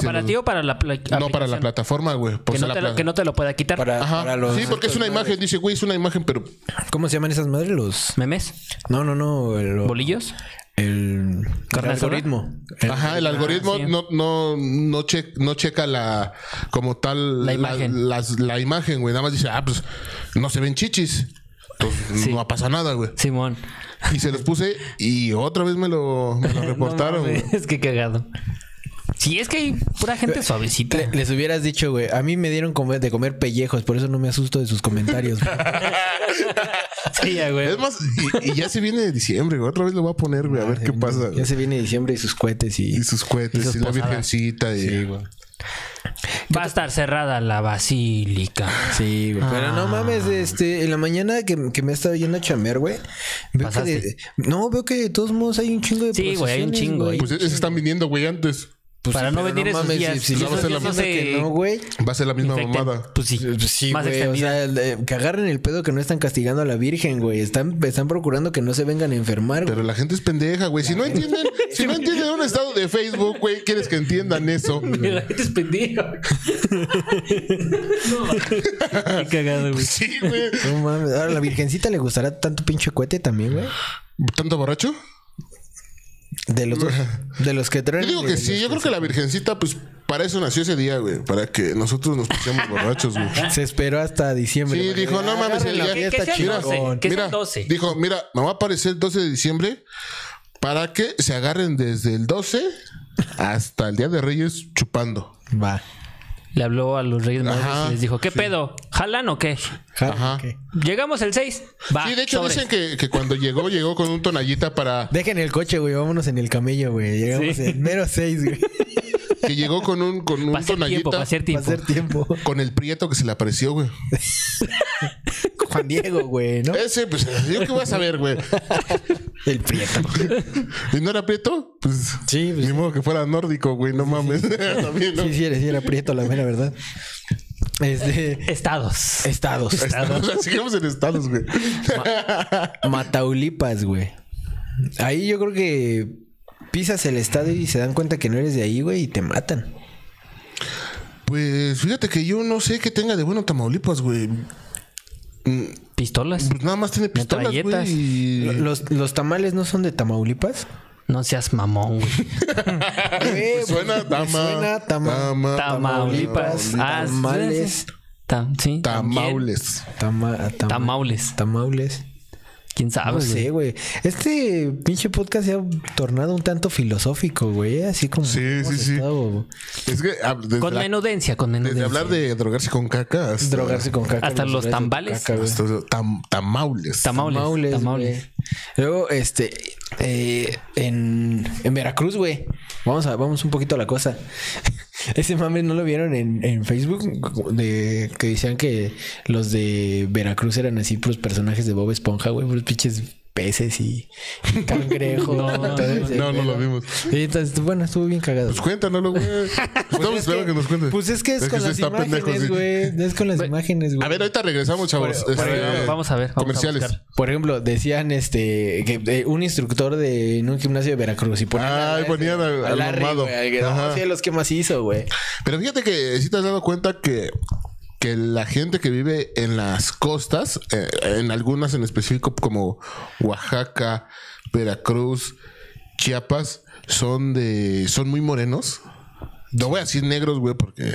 S3: Y se
S5: para
S3: los-
S5: ti o para la pla-
S3: No, para la
S5: aplicación?
S3: plataforma, güey. Por
S5: Que
S3: ser
S5: no,
S3: la
S5: te
S3: pla-
S5: lo, que no te lo pueda quitar.
S4: Para,
S3: Ajá.
S4: para los
S3: sí, porque es una
S4: estos
S3: imagen. Dice, güey, es una imagen, pero
S4: madres. ¿Cómo se llaman esas madres? Los.
S5: ¿Memes?
S4: No, no, no. el-
S5: ¿Bolillos?
S4: El, el
S5: ¿Carne asada?
S4: algoritmo. El-
S3: Ajá, el algoritmo
S5: Eh, ah, sí.
S3: no, no, no, che- no checa la como tal
S5: La imagen.
S3: las- la imagen, güey. Nada más dice, ah, pues no se ven chichis. Entonces
S5: Sí.
S3: no pasa nada, güey.
S5: Simón.
S3: Y se los puse y otra vez me lo, me lo reportaron,
S5: <laughs> No
S3: güey.
S5: mames, es que cagado. Sí, es que hay pura gente suavecita.
S4: Le- les hubieras dicho, güey. A mí me dieron comer- de comer pellejos, por eso no me asusto de sus
S3: <laughs>
S4: comentarios. güey.
S5: Sí, ya, güey.
S3: es más, y, y ya se viene de diciembre, güey. Otra vez lo voy a poner, güey, a ver qué pasa.
S4: ya se viene diciembre y sus cohetes y.
S3: Y sus
S5: y
S3: cohetes
S5: sus
S3: y, la
S5: posadas.
S3: virgencita. Y...
S4: Sí, güey.
S5: Va a estar cerrada la basílica.
S4: Sí, güey. Pero
S5: Ah.
S4: no mames, este, en la mañana que, que me estaba yendo a chambear, güey. Veo que
S5: Pasaste.
S4: de- no, veo que de todos modos hay un chingo de
S5: Sí, güey, hay un
S4: procesiones,
S5: chingo,
S4: güey.
S3: Pues esos están viniendo, güey, antes.
S4: Pues
S5: para
S4: sí,
S5: no
S4: pero
S5: venir esos días.
S4: Si, si
S5: Pues
S4: le
S3: vamos a
S4: estás
S3: hacer la
S4: diciendo que no,
S5: misma- <laughs>
S4: güey.
S3: Va a ser la misma
S5: Infecten.
S3: mamada.
S5: Pues sí.
S4: Pues sí,
S5: más
S4: güey. O
S5: extendida.
S4: sea, le- que agarren el pedo que no están castigando a la Virgen, güey. Están, están procurando que no se vengan a enfermar, güey.
S3: Pero la gente es pendeja, güey. Si no
S5: <laughs>
S3: entienden, si no entienden un estado de Facebook, güey, quieres que entiendan
S5: <laughs>
S3: eso.
S5: La gente
S3: <laughs>
S5: es pendeja. Qué cagado, güey.
S3: Sí, güey.
S4: No mames. Ahora, la Virgencita le gustará tanto pinche cohete también, güey.
S3: ¿Tanto borracho?
S4: De los dos. De los que traen.
S3: Yo digo que sí, yo creo que la virgencita, pues, para eso nació ese día, güey. Para que nosotros nos pusiéramos borrachos, güey.
S4: Se esperó hasta diciembre.
S3: Sí,
S4: güey.
S3: dijo, no mames,
S4: Agarren
S3: el
S4: la
S3: día-
S4: fiesta,
S5: Que- que sea el doce,
S4: chingón.
S5: <laughs> que- son 12.
S3: Dijo, mira, me va a aparecer el 12 de diciembre para que se agarren desde el 12 hasta el Día de Reyes chupando.
S4: Va.
S5: Le habló a los Reyes Magos
S3: Ajá,
S5: y les dijo, ¿qué pedo? ¿Jalan o qué?
S4: Ajá.
S3: Ajá.
S5: Llegamos el 6. Va.
S3: Sí, de hecho
S5: sobres.
S3: dicen que, que cuando llegó, llegó con un tonallita para...
S4: Dejen el coche, güey. Vámonos en el camello, güey. Llegamos
S5: Sí.
S4: en mero seis,
S5: <laughs>
S4: güey.
S3: Que llegó con un, con un
S5: Pasé
S3: tonallita.
S5: tiempo, pasé
S4: Va a
S5: tiempo.
S4: ser tiempo.
S3: Con el prieto que se le apareció, güey.
S4: Juan Diego, güey, ¿no?
S3: Ese, pues, yo qué voy a saber, güey.
S4: <laughs> El prieto.
S3: ¿Y no era prieto? Pues...
S4: Sí, pues,
S3: Ni modo que fuera nórdico, güey, no mames. <laughs> También, ¿no?
S4: sí, sí, era, sí, era prieto, la mera verdad. Este.
S5: Estados.
S4: Estados.
S3: O sea, sigamos en estados, güey.
S4: Mataulipas, güey. Ahí yo creo que pisas el estadio y se dan cuenta que no eres de ahí, güey, y te matan.
S3: Pues fíjate que yo no sé qué tenga de bueno Tamaulipas, güey.
S5: Pistolas.
S4: Mm.
S3: Pues nada más tiene pistolas,
S5: Metralletas.
S3: güey. y-
S4: Lo-
S3: <laughs>
S4: Los, los tamales no son de Tamaulipas.
S5: No seas
S3: <laughs>
S5: mamón, güey.
S4: Güey,
S3: Suena
S4: pues,
S3: Tama.
S4: Suena Tama-
S3: Tama-
S5: Tamaulipas. Ah, sí,
S4: Tamales.
S5: sí. Ta- sí.
S3: Tamaules.
S4: Tama- Tama-
S5: Tamaules. Ah, pues
S4: Tamaules.
S5: ¿Quién
S4: No
S5: sabe? güey?
S4: sé, güey. Este pinche podcast se ha tornado un tanto filosófico, güey. Así como.
S3: Sí,
S4: hemos
S3: sí, sí.
S4: estado
S3: Es que ah, desde,
S5: Con
S3: la-
S5: menudencia, con
S3: desde
S5: menudencia.
S3: hablar de drogarse con caca hasta,
S4: Drogarse con caca.
S5: Hasta los
S4: drogarse con
S5: tambales.
S4: caca, güey.
S3: hasta tam- Tamaules.
S5: Tamaules. Tamaules.
S4: Tamaules. güey. Luego, este, eh, en, en Veracruz, güey, Vamos a, vamos un poquito a la cosa. <laughs> Ese mame no lo vieron en, en Facebook de que decían que los de Veracruz eran así los personajes de Bob Esponja, güey, los pinches peces y <laughs> cangrejos.
S3: No, no lo vimos.
S4: Y entonces, bueno, estuvo bien cagado.
S3: Pues cuéntanoslo, güey. Estamos
S4: es que-
S3: esperando que nos cuentes.
S4: Pues es que es, con
S3: usted
S4: las
S3: está
S4: imágenes,
S3: pendejo, sí.
S4: güey. Es con las imágenes, güey.
S3: A ver, ahorita regresamos, chavos. Este,
S5: Vamos a ver. vamos a
S3: Comerciales.
S5: buscar.
S4: Por ejemplo, decían este que eh, un instructor de en un gimnasio de Veracruz y ponían a-
S3: Ay, ponían al-
S4: a
S3: al
S4: Larry,
S3: mamado.
S4: güey, al que- no,
S3: Ajá.
S4: sí, los que más hizo, güey.
S3: Pero fíjate que si te has dado cuenta que, que la gente que vive en las costas, eh, en algunas en específico como Oaxaca, Veracruz, Chiapas, son de son muy morenos. No voy a decir negros, güey, porque...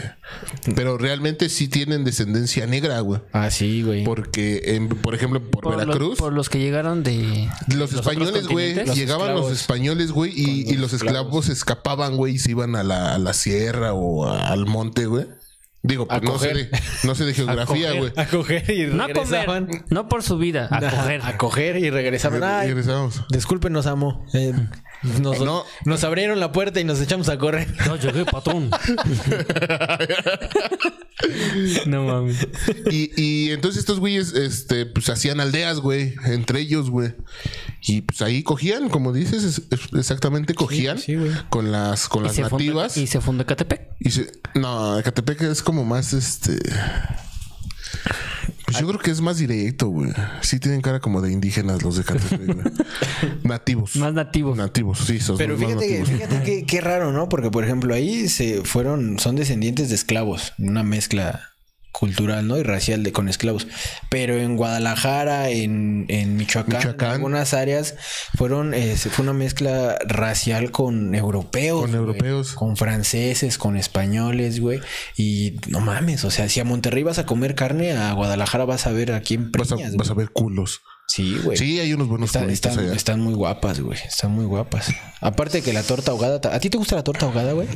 S3: Pero realmente sí tienen descendencia negra, güey.
S4: Ah, sí, güey.
S3: Porque, en- por ejemplo, por,
S5: Por, los-
S3: Veracruz...
S5: por los que llegaron de.
S3: Los
S5: de otros
S3: españoles, güey,
S5: continentes.
S3: llegaban los
S4: esclavos.
S3: españoles, güey, y, y los esclavos escapaban, güey, y se iban a la, a la sierra o a- al monte, güey. Digo,
S4: A
S3: pues no sé,
S4: coger.
S3: de, no sé de geografía,
S5: coger.
S3: güey.
S4: <laughs> A coger y
S5: No a
S4: regresaban.
S5: comer. No por su vida.
S4: <laughs>
S5: A coger.
S4: A coger y regresaban.
S3: Y
S4: Ay,
S3: regresamos.
S4: disculpen, nos amo. Eh, nos,
S3: No.
S4: nos abrieron la puerta y nos echamos a correr.
S5: No
S3: <laughs>
S5: llegué, patrón. no mames.
S3: Y, y entonces estos güeyes, este, pues hacían aldeas, güey, entre ellos, güey. Y pues ahí cogían, como dices, es- es- exactamente cogían
S4: sí, güey.
S3: con las, con
S5: Y
S3: las
S5: se, fundó,
S3: nativas.
S5: y se fundó Ecatepec.
S3: Y se- no, Ecatepec es como más este. Pues yo creo que es más directo, güey. Sí tienen cara como de indígenas los de Ecatepec,
S5: <laughs>
S3: güey. Nativos.
S5: Más nativos.
S3: Nativos, sí, son
S4: Pero
S3: más
S4: fíjate, que,
S3: nativos.
S4: fíjate que, qué raro, ¿no? Porque, por ejemplo, ahí se fueron, son descendientes de esclavos, una mezcla cultural, ¿no? Y racial de, con esclavos. Pero en Guadalajara, en, en Michoacán,
S3: Michoacán.
S4: en algunas áreas, fueron, eh, se- fue una mezcla racial con europeos.
S3: Con
S4: güey.
S3: europeos.
S4: Con franceses, con españoles, güey. Y no mames, o sea, si a Monterrey vas a comer carne, a Guadalajara vas a ver a quién
S3: Vas a,
S4: preñas, güey.
S3: vas a ver culos.
S4: Sí, güey.
S3: Sí, hay unos buenos
S4: Está-
S3: culitos
S4: están,
S3: allá.
S4: están muy guapas, güey. Están muy guapas. Aparte que la torta ahogada. ta- ¿A ti te gusta la torta ahogada, güey?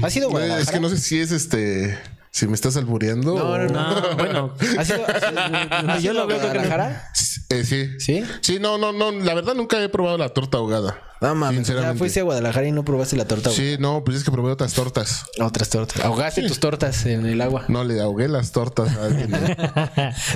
S4: ¿Has ido a
S3: Güey,
S4: Guadalajara?
S3: Mm, eh, es que no sé si es este. Si me estás albureando.
S4: No,
S3: o-
S4: no, no.
S3: <laughs>
S5: No, bueno.
S4: ¿Has ido, has
S5: <laughs>
S4: ido- has
S5: Yo
S4: ido
S5: lo
S4: a
S5: veo que no.
S4: Guadalajara?
S3: Eh, sí.
S4: ¿Sí?
S3: Sí, no, no, no. La verdad nunca he probado la torta ahogada.
S4: No mames. O sea,
S3: Sinceramente.
S4: fuiste a Guadalajara y no probaste la torta ahogada.
S3: Sí, no, pues es que probé otras tortas.
S4: Otras tortas. Ahogaste tus tortas en el agua.
S3: No, le ahogué las tortas a alguien.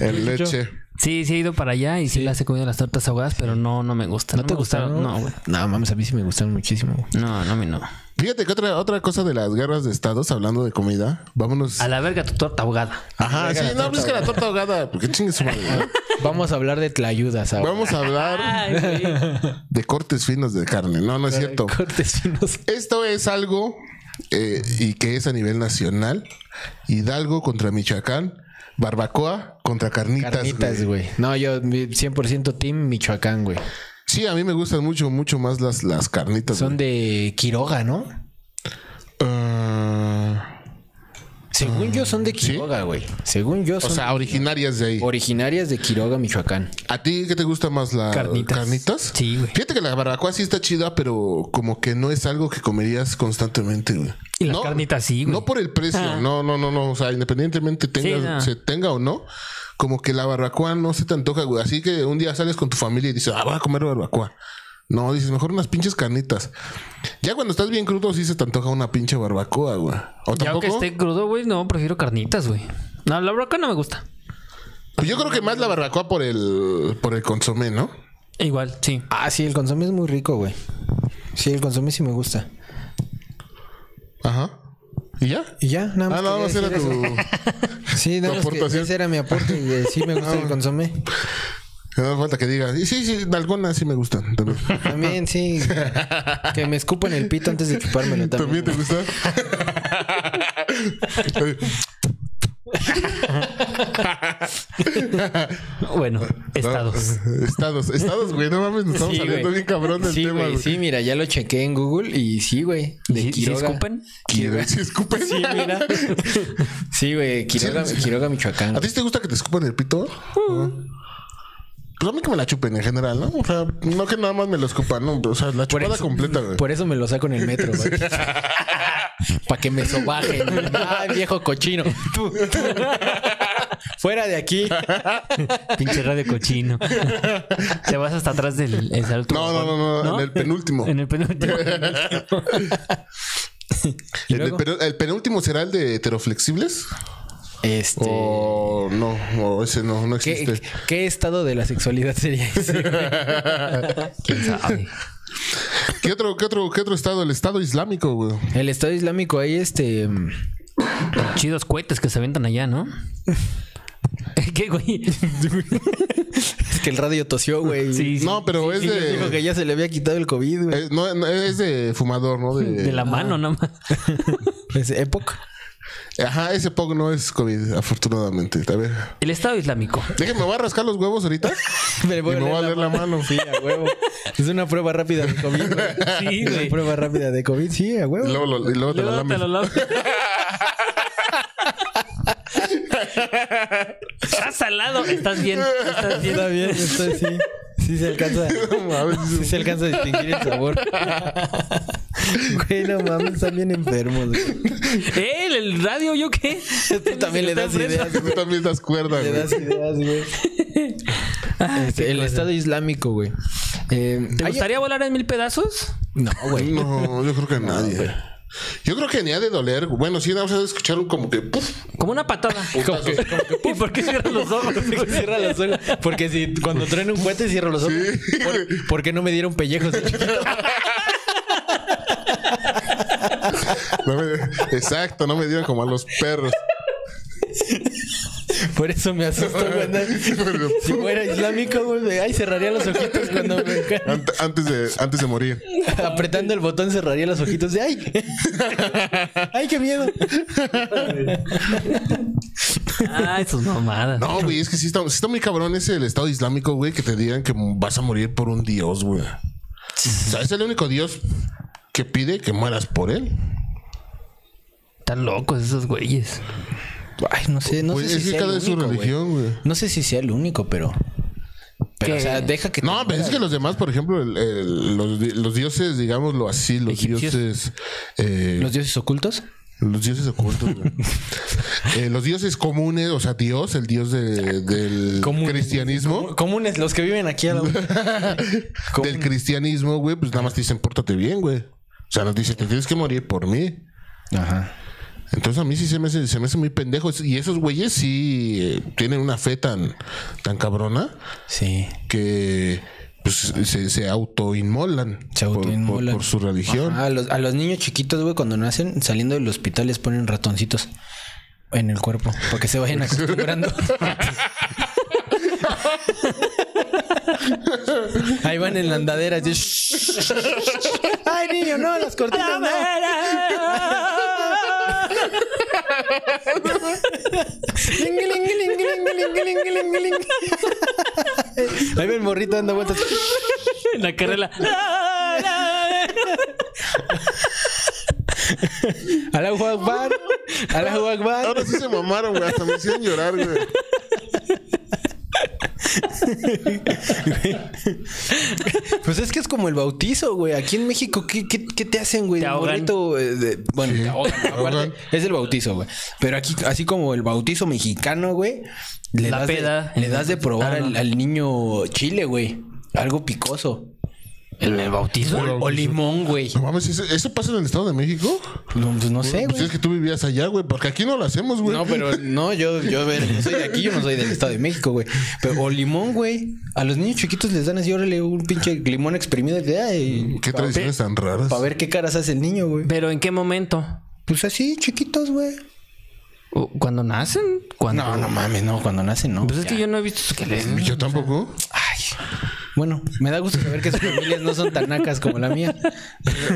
S3: en leche.
S5: Sí, sí he ido para allá y sí, las he comido las tortas ahogadas, pero no, no me gustan. No, me gustaron. No, güey.
S4: No, mames, a mí sí me gustan muchísimo. güey.
S5: No, no, a mí no.
S3: Fíjate que otra, otra cosa de las guerras de estados, hablando de comida, vámonos.
S5: A la verga tu torta ahogada.
S3: Ajá, sí, no, pues es que la torta ahogada, porque chingue su madre. ¿no?
S4: <laughs> Vamos a hablar de tlayudas ahora.
S3: Vamos a hablar de cortes finos de carne. No, no es cierto.
S4: <laughs> Cortes finos.
S3: Esto es algo eh, y que es a nivel nacional. Hidalgo contra Michoacán, barbacoa contra carnitas.
S4: Carnitas,
S3: güey.
S4: güey. No, yo mi- 100% team Michoacán, güey.
S3: Sí, a mí me gustan mucho, mucho más las, las carnitas.
S4: Son
S3: güey.
S4: de Quiroga, ¿no?
S3: Ah,
S4: Según yo son de Quiroga, güey. Según yo
S3: o
S4: son
S3: sea, originarias de ahí.
S4: originarias de Quiroga, Michoacán.
S3: ¿A ti qué te gusta más la carnitas?
S5: Carnitas. Sí, güey.
S3: Fíjate que la barbacoa sí está chida, pero como que no es algo que comerías constantemente, güey.
S5: Y las
S3: No,
S5: carnitas sí, güey.
S3: No por el precio,
S5: Ah.
S3: no, no, no, no. O sea, independientemente tenga,
S5: no.
S3: se tenga o no, como que la barbacoa no se te antoja, güey. Así que un día sales con tu familia y dices, ah, voy a comer barbacoa. No, dices, mejor unas pinches carnitas. Ya cuando estás bien crudo, sí se te antoja una pinche barbacoa, güey. O
S5: Ya aunque
S3: tampoco.
S5: esté crudo, güey, no, prefiero carnitas, güey. No, la broca no me gusta.
S3: Pues yo creo que más la barbacoa por el, por el consomé, ¿no?
S5: Igual, sí.
S4: Ah, sí, el consomé es muy rico, güey. Sí, el consomé sí me gusta.
S3: Ajá. ¿Y ya?
S4: Y ya, nada más.
S3: Ah, no,
S4: quería
S3: no, era
S4: decir
S3: tu.
S4: eso. Sí, nada
S3: tu
S4: más que
S3: aportación.
S4: ese era mi aporte. Y eh, sí me gusta el consomé.
S3: No hace falta que digas. Y sí, sí, algunas sí me gustan.
S4: <laughs>
S3: También,
S4: También,
S3: <laughs>
S4: sí. Que me escupan el pito antes de chupármelo
S3: ¿También
S4: también.
S3: te
S4: <laughs>
S3: gusta.
S5: Bueno,
S3: pues,
S5: estados.
S3: estados. Estados, güey. No mames, nos estamos
S4: Sí,
S3: saliendo
S4: güey.
S3: bien cabrón del
S4: Sí,
S3: tema,
S4: güey.
S3: güey.
S4: Sí, mira, ya lo chequé en Google y sí, güey.
S5: ¿Y
S4: De
S5: si- y si
S4: Quiroga.
S5: escupen?
S3: Quiero- Sí, escupen.
S4: Sí, mira. <laughs> Sí, güey. Quiroga, Quiroga,
S3: <laughs>
S4: Michoacán.
S3: ¿A ti te gusta que te escupan el pito?
S4: Mm.
S3: Ah. Pues a mí que me la chupen en general, ¿no? O sea, no que nada más me lo escupan, ¿no? O sea, la
S4: Por
S3: chupada
S4: eso-
S3: completa, güey.
S4: Por eso me lo saco en el metro, güey. <laughs> Para que me sobajen. Ah, viejo cochino. Tú. Fuera de aquí.
S5: Pinche radio cochino. Te vas hasta atrás del el salto.
S3: No, no, no, no, en el penúltimo.
S5: En el penúltimo.
S3: ¿El, de penu- el penúltimo será el de heteroflexibles?
S4: Este.
S3: O no, o ese no, no
S4: ¿qué,
S3: existe.
S4: qué estado de la sexualidad sería ese?
S3: <laughs>
S5: ¿Quién sabe?
S3: ¿Qué otro, qué otro, qué otro estado? El estado islámico, güey.
S4: El Estado Islámico hay este. mm,
S5: Chidos cohetes que se aventan allá, ¿no? ¿Qué, güey?
S4: Es que el radio tosió, güey.
S5: Sí, sí.
S3: No, pero es
S4: Y les dijo que
S3: de.
S4: ya se le había quitado el COVID, güey.
S3: eh, no, no, es de fumador, ¿no? De,
S5: De la mano, nada más.
S4: Es época.
S3: Ajá, ese POC no es COVID, afortunadamente. A ver.
S5: El Estado Islámico.
S3: Déjenme, voy a rascar los huevos ahorita.
S4: Me
S3: Y me voy a leer la mano.
S4: Sí, a huevo. Es una prueba rápida de COVID. güey.
S5: Sí,
S4: <laughs> Es
S5: güey.
S4: Una prueba rápida de COVID, sí, a
S3: Y
S4: huevo.
S3: luego, lo- y luego te lo
S5: Luego
S3: lames.
S5: te lo lames. Estás salado. Estás bien. Estás bien.
S4: Está bien, esto sí. Sí se alcanza. Sí se alcanza a distinguir el sabor. Güey, no mames, están bien enfermos. güey.
S5: Él, Eh, el radio, ¿yo qué?
S4: Tú también le das
S5: Está preso.
S4: ideas,
S3: <laughs> Tú también das cuerda,
S4: Le
S3: güey.
S4: das ideas, güey. Este, el Estado Islámico, güey. Eh,
S5: ¿Te
S4: hay-
S5: gustaría volar en mil pedazos?
S4: No, <laughs> güey.
S3: No, yo creo que nadie. Yo creo que ni ha de doler. Bueno, sí, vamos a escuchar un como que. puf,
S5: Como una patada.
S3: putazo.
S5: ¿Y por qué cierras
S4: <laughs>
S5: los ojos?
S4: Cierra los ojos. Porque si cuando truena un cohete, cierro los ojos. ¿Por, por qué no me dieron pellejos de chiquito?
S3: No me- exacto, no me dieron como a los perros.
S4: Por eso me asustó,
S3: <laughs>
S4: güey.
S3: Pero,
S4: Si fuera islámico, güey, ay, cerraría los ojitos cuando me
S3: ant- antes, de, antes de morir.
S4: <laughs> apretando el botón cerraría los ojitos de
S3: <laughs>
S4: ay. Ay, qué miedo.
S5: Ah, sus mamadas.
S3: No, güey, es que sí está, sí está muy cabrón ese el Estado Islámico, güey, que te digan que vas a morir por un dios, güey. O sea, es el único dios que pide que mueras por él.
S5: Están locos esos güeyes.
S4: Ay, no sé, no
S3: Güey,
S4: sé
S3: Pues es
S4: si
S3: que
S4: sea el
S3: cada es su
S4: único, güey.
S3: religión, güey.
S4: No sé si sea el único, pero pero
S5: ¿Qué?
S4: o sea, deja que
S3: No, pero es que los demás, por ejemplo, el- el- los, di- los dioses, digámoslo así, los
S5: Egipcios.
S3: dioses. eh,
S4: los dioses ocultos.
S3: Los dioses ocultos,
S4: <laughs>
S3: güey. Eh, los dioses comunes, o sea, Dios, el Dios de- del
S4: Comunes.
S3: cristianismo.
S4: Comunes, los que viven aquí a la
S3: <laughs> Del cristianismo, güey, pues nada más te dicen, pórtate bien, güey. O sea, nos dicen, te tienes que morir por mí.
S4: Ajá.
S3: Entonces a mí sí se me hace, se me hace muy pendejo. Y esos güeyes sí eh, tienen una fe tan, tan cabrona
S4: Sí.
S3: que pues, se, se autoinmolan.
S4: Se
S3: por- Por,
S4: autoinmolan.
S3: por su religión.
S4: Ajá, a, los, a los niños chiquitos, güey, cuando nacen, saliendo del hospital les ponen ratoncitos en el cuerpo para que se vayan acostumbrando.
S3: <laughs>
S4: Ahí van en la andadera. así, Ay, niño, no, las cortinas
S5: <laughs>
S4: no. Ahí va el morrito dando vueltas.
S5: En la carrera.
S4: Allahu Akbar. Allahu Akbar.
S3: Ahora sí se mamaron, güey. Hasta me hicieron llorar, güey.
S4: Pues es que es como el bautizo, güey. Aquí en México, ¿qué, qué, qué te hacen, güey?
S5: Te
S4: El
S5: ahogan.
S4: morrito, eh, de- bueno,
S3: Sí,
S4: te ahogan,
S3: te ahogan.
S4: aparte, es el bautizo, güey. Pero aquí, así como el bautizo mexicano, güey, le
S5: La
S4: das de-
S5: peda.
S4: le das de probar
S5: Ah, no.
S4: al, al niño chile, güey. Algo picoso.
S5: ¿En el bautizo?
S4: O
S3: pues,
S4: limón, güey.
S3: No mames, ¿eso, eso pasa en el Estado de México?
S4: No, pues no sé,
S3: Pues
S4: güey.
S3: es que tú vivías allá, güey, porque aquí no lo hacemos, güey.
S4: No, pero no, yo, yo, a ver, yo soy de aquí, yo no soy del Estado de México, güey. Pero, o limón, güey. A los niños chiquitos les dan así, órale, un pinche limón exprimido. y, Ay,
S3: Qué tradiciones tan raras.
S4: para ver qué caras hace el niño, güey.
S5: ¿Pero en qué momento?
S4: Pues así, chiquitos, güey.
S5: ¿O ¿Cuando nacen? ¿Cuando?
S4: No, no mames, no, cuando nacen, no.
S5: Pues es que yo no he visto eso que les...
S3: Yo
S4: <laughs>
S3: tampoco.
S4: Ay. Bueno, me da gusto saber que sus familias no son tan nacas como la mía.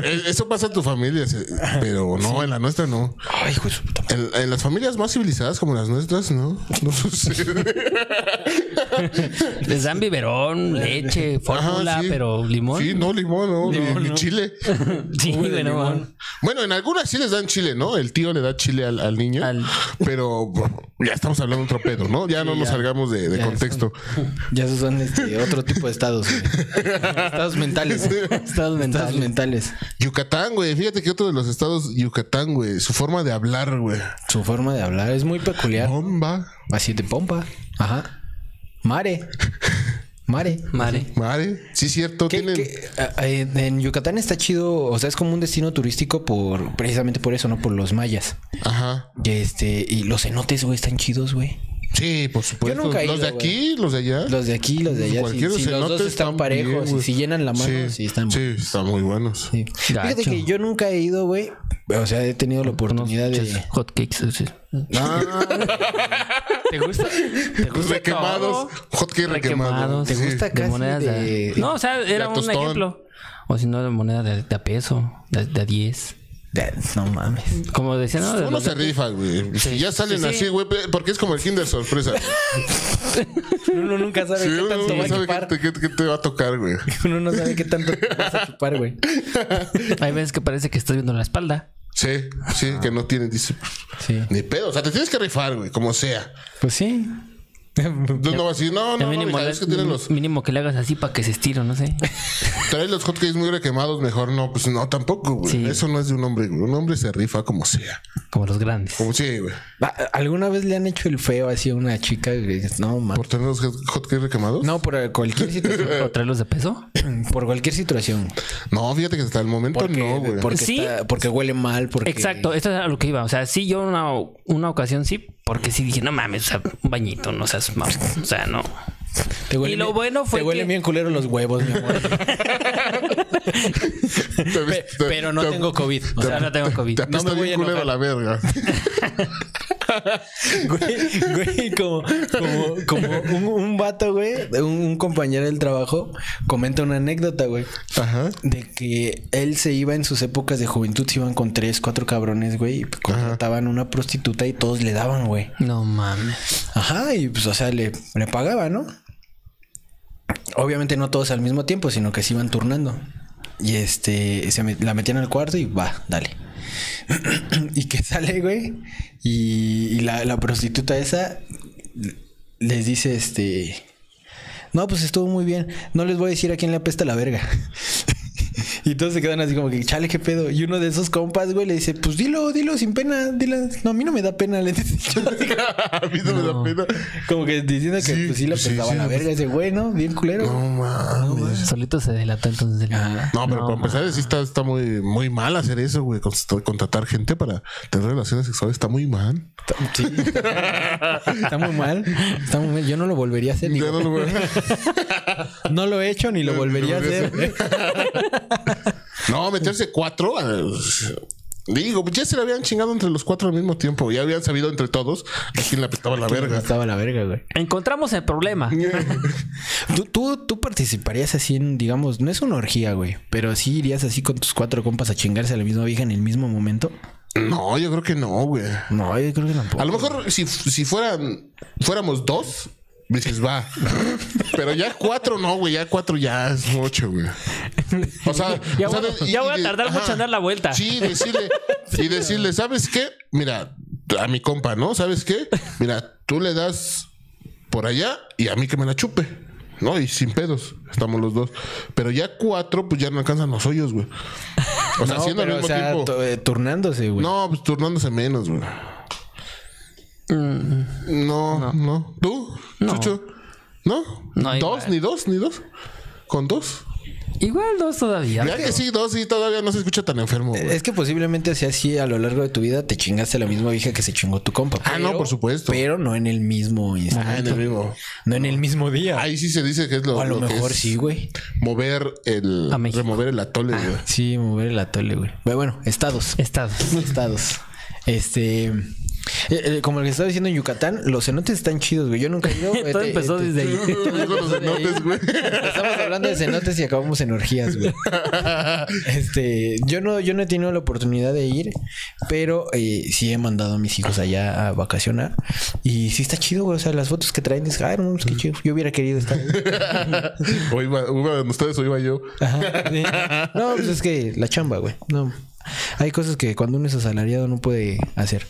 S3: Eh, Eso pasa en tu familia, se- pero no, en la nuestra no.
S4: Ay, hijo de su puta madre.
S3: En, en las familias más civilizadas como las nuestras, no. No sucede.
S5: Les
S3: <laughs>
S5: dan biberón, leche, fórmula,
S3: Ajá, sí.
S5: pero limón.
S3: Sí, no, limón, no, ni- ni, chile.
S5: Sí, güey, no mames.
S3: Bueno, en algunas sí les dan chile, ¿no? El tío le da chile al, al niño.
S5: Al-
S3: Pero bueno, ya estamos hablando de otro pedo, ¿no? Ya no nos salgamos de, de contexto.
S4: Ya esos son este, otro tipo de estados. güey. estados mentales.
S5: Estados
S4: <laughs> Estados
S5: mentales.
S4: mentales.
S3: Yucatán, güey. Fíjate que otro de los estados, Yucatán, güey. Su forma de hablar, güey.
S4: Su forma de hablar es muy peculiar.
S3: Bomba.
S4: Así de pompa. Ajá. Mare. Mare.
S5: Mare.
S3: Madre. Sí, es cierto.
S4: ¿Qué-
S3: tienen.
S4: qué- a- a- en Yucatán está chido, o sea, es como un destino turístico por precisamente por eso, ¿no? Por los mayas.
S3: Ajá.
S4: Y este, y los cenotes, güey, están chidos, güey.
S3: Sí, por supuesto.
S4: nunca he
S3: los de
S4: ido,
S3: aquí, los de allá.
S4: Los de aquí, los de allá. Si,
S3: Cualquier
S4: si los dos
S3: cenote
S4: están
S3: bien,
S4: parejos, y
S3: güey.
S4: si llenan la mano, sí, están
S3: Sí, están muy buenos.
S4: Sí. Fíjate
S5: Gacho.
S4: que yo nunca he ido, güey. O sea, he tenido la oportunidad de.
S5: Hotcakes.
S3: Ah,
S5: ¿Te
S3: <laughs>
S5: gusta? ¿Te gusta
S3: Requemados.
S5: todo?
S3: pues Hot que requemados.
S5: Requemados. ¿Te
S3: Sí.
S4: gusta
S5: De
S4: casi
S5: monedas de...
S4: de-
S5: No, o sea,
S3: de
S5: era
S3: a
S5: un
S3: tostón.
S5: ejemplo. O si no, de moneda de, de a peso, de, de a 10.
S4: No mames.
S5: Como decían,
S4: Ah,
S5: ¿no? De
S3: Uno
S5: los
S3: se
S5: de-
S3: rifa, güey. Si
S5: Sí.
S3: ya salen
S5: Sí, sí.
S3: así, güey, porque es como el Kinder
S4: <laughs>
S3: sorpresa.
S4: Uno nunca sabe
S3: Sí,
S4: qué
S3: uno
S4: tanto
S3: no
S4: va a
S3: sabe
S4: chupar.
S3: qué, te- qué- qué te va a tocar, güey.
S4: Uno no sabe
S3: <laughs>
S4: qué tanto vas a chupar, güey.
S5: <laughs> Hay veces que parece que estás viendo la espalda.
S3: Sí, sí,
S4: Ah.
S3: que no tienen, dice.
S4: Sí.
S3: Ni pedo, o sea, te tienes que rifar, güey, como sea.
S4: Pues sí.
S3: Entonces no vas a decir, no, no, no,
S5: mínimo,
S3: mija,
S5: le-
S3: es que tienen los.
S5: mínimo que le hagas así para que se estire, no sé.
S3: Traes los hotcakes muy requemados, mejor no, pues no, tampoco, güey.
S5: Sí.
S3: Eso no es de un hombre, güey. Un hombre se rifa como sea.
S5: Como los grandes.
S3: Como sí, güey.
S4: ¿Alguna vez le han hecho el feo así a una chica? güey? No, mames.
S3: Por tener los hot- hotcakes requemados.
S4: No, por cualquier situación.
S3: <laughs>
S5: ¿O traerlos de peso?
S4: Por cualquier situación.
S3: No, fíjate que hasta el momento
S4: Porque,
S3: Pues no, güey.
S4: porque,
S5: Sí.
S4: está- porque huele mal, porque...
S5: Exacto, esto es a lo que iba. O sea, sí, yo una, una ocasión sí, porque sí dije, no mames, o sea, un bañito, no seas mamón. O sea, no.
S4: Te huelen
S5: Y lo
S4: bien-
S5: bueno fue
S4: Te huelen
S5: que-
S4: bien culero los huevos, mi
S3: <laughs>
S4: amor.
S3: <laughs> Te-
S4: Pe-
S3: te-
S4: pero no
S3: te-
S4: tengo COVID. O
S5: O sea,
S4: sea,
S5: no tengo COVID.
S3: Te
S4: No
S3: apesta
S4: me voy
S3: bien
S4: a
S3: culero la
S4: enojar.
S3: verga.
S4: <laughs> güey, güey, como, como, como un, un vato, güey, un, un compañero del trabajo, comenta una anécdota, güey.
S3: Ajá.
S4: De que él se iba en sus épocas de juventud, se iban con tres, cuatro cabrones, güey, y contrataban una prostituta y todos le daban, güey.
S5: No mames.
S4: Ajá, y pues, o sea, le, le pagaba, ¿no? Obviamente no todos al mismo tiempo, sino que se iban turnando. Y este, se met- la metían al cuarto y va, dale. <clears throat> y que <laughs> sale, güey. Y, y la, la prostituta esa les dice, este... No, pues estuvo muy bien. No les voy a decir a quién le apesta la verga. <laughs> y todos se quedan así como que, chale, qué pedo. Y uno de esos compas, güey, le dice, pues dilo, dilo sin pena. Dilo. No, a mí no me da pena. Le dice, <laughs>
S3: <laughs> A mí no, me da pena.
S4: como que diciendo que
S3: Sí,
S4: pues sí la
S3: sí,
S4: pensaba
S3: sí,
S4: la
S3: la
S4: verga ese güey, ¿no? Bien culero.
S3: No mames.
S5: Solito se delató entonces el...
S3: No, pero para empezar, sí está, está muy, muy mal hacer eso, güey. Const- Contratar gente para tener relaciones sexuales está muy mal.
S4: Sí. Está muy mal. Está muy mal. Yo no lo volvería a hacer. digo.
S3: Ya no lo voy a-
S4: No lo he hecho ni lo volvería a hacer. <laughs>
S3: No, meterse cuatro. eh, Digo, ya se la habían chingado entre los cuatro al mismo tiempo. Ya habían sabido entre todos a quién le apestaba la verga.
S4: Estaba la verga, güey.
S5: Encontramos el problema.
S4: ¿Tú, tú, tú participarías así en, digamos, no es una orgía, güey, pero sí irías así con tus cuatro compas a chingarse a la misma vieja en el mismo momento.
S3: No, yo creo que no, güey.
S4: No, yo creo que tampoco.
S3: A lo mejor si, si fueran, fuéramos dos, dices,
S5: <laughs>
S3: va. Pero ya cuatro no, güey. Ya cuatro ya es mucho, güey. O sea,
S5: <laughs> Ya
S3: o sea,
S5: voy-
S3: de-
S5: ya voy a
S3: de-
S5: tardar mucho en dar la vuelta.
S3: Sí,
S5: <laughs>
S3: decirle, y decirle, ¿sabes qué? Mira, a mi compa, ¿no? ¿Sabes qué? Mira, tú le das por allá y a mí que me la chupe. No, y sin pedos, estamos los dos. Pero ya cuatro, pues ya no alcanzan los hoyos, güey. O sea,
S4: No,
S3: haciendo al
S4: pero,
S3: mismo
S4: o sea,
S3: tiempo.
S4: tu- eh, turnándose, güey.
S3: No, pues turnándose menos, güey. No, no, ¿Tú?
S5: No.
S3: Chucho? ¿No?
S5: No,
S3: ¿Dos?
S5: igual.
S3: ¿Ni dos? ¿Ni dos? ¿Con dos?
S5: Igual dos todavía.
S3: Ya que sí, dos y todavía no se escucha tan enfermo, güey.
S4: Es que posiblemente sea así a lo largo de tu vida te chingaste a la misma vieja que se chingó tu compa.
S3: Ah, no, por supuesto.
S4: Pero no en el mismo instante.
S3: Ah, en el mismo.
S4: No en el mismo día.
S3: Ahí sí se dice que es lo,
S4: o a lo,
S3: lo que
S4: mejor
S3: es
S4: sí, güey.
S3: Mover el.
S5: A México.
S3: Remover el atole, güey.
S4: Sí, mover el atole, güey. Pero bueno, estados.
S5: Estados.
S4: estados. Este. eh, eh, como les estaba diciendo en Yucatán, los cenotes están chidos, güey. Yo nunca he <laughs> ido.
S5: Todo
S4: eh, te-
S5: empezó
S4: te-
S5: desde
S4: <laughs>
S5: ahí.
S3: Con los cenotes, güey.
S4: Estamos hablando de cenotes y acabamos en orgías, güey. Este, yo no, yo no he tenido la oportunidad de ir, pero eh, sí he mandado a mis hijos allá a vacacionar. Y sí está chido, güey. O sea, las fotos que traen es, ay, no, mames, qué chido. Yo hubiera querido estar ahí.
S3: <laughs> O iba, iban ustedes o iba yo. <laughs>
S4: Ajá, sí. No, pues es que la chamba, güey. No. Hay cosas que cuando uno es asalariado no puede hacer.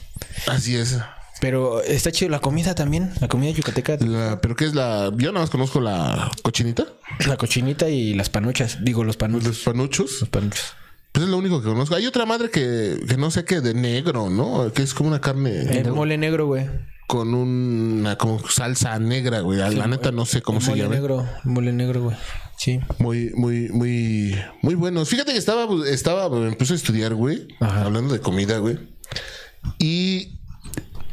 S3: Así es.
S4: Pero está chido la comida también, la comida yucateca,
S3: La- ¿Pero qué es la...? Yo nada más conozco la cochinita,
S4: la cochinita y las panuchas. Digo, los panuchos.
S3: los panuchos.
S4: Los panuchos.
S3: Pues es lo único que conozco. Hay otra madre que, que no sé qué, de negro, ¿no? Que es como una carne
S4: El mole negro, güey.
S3: con una como salsa negra, güey. La neta no sé cómo se
S4: Mole
S3: llama.
S4: negro, mole negro, güey. Sí.
S3: Muy, muy, muy, muy buenos. Fíjate que estaba, estaba, me puse a estudiar, güey.
S4: Ajá.
S3: Hablando de comida, güey. Y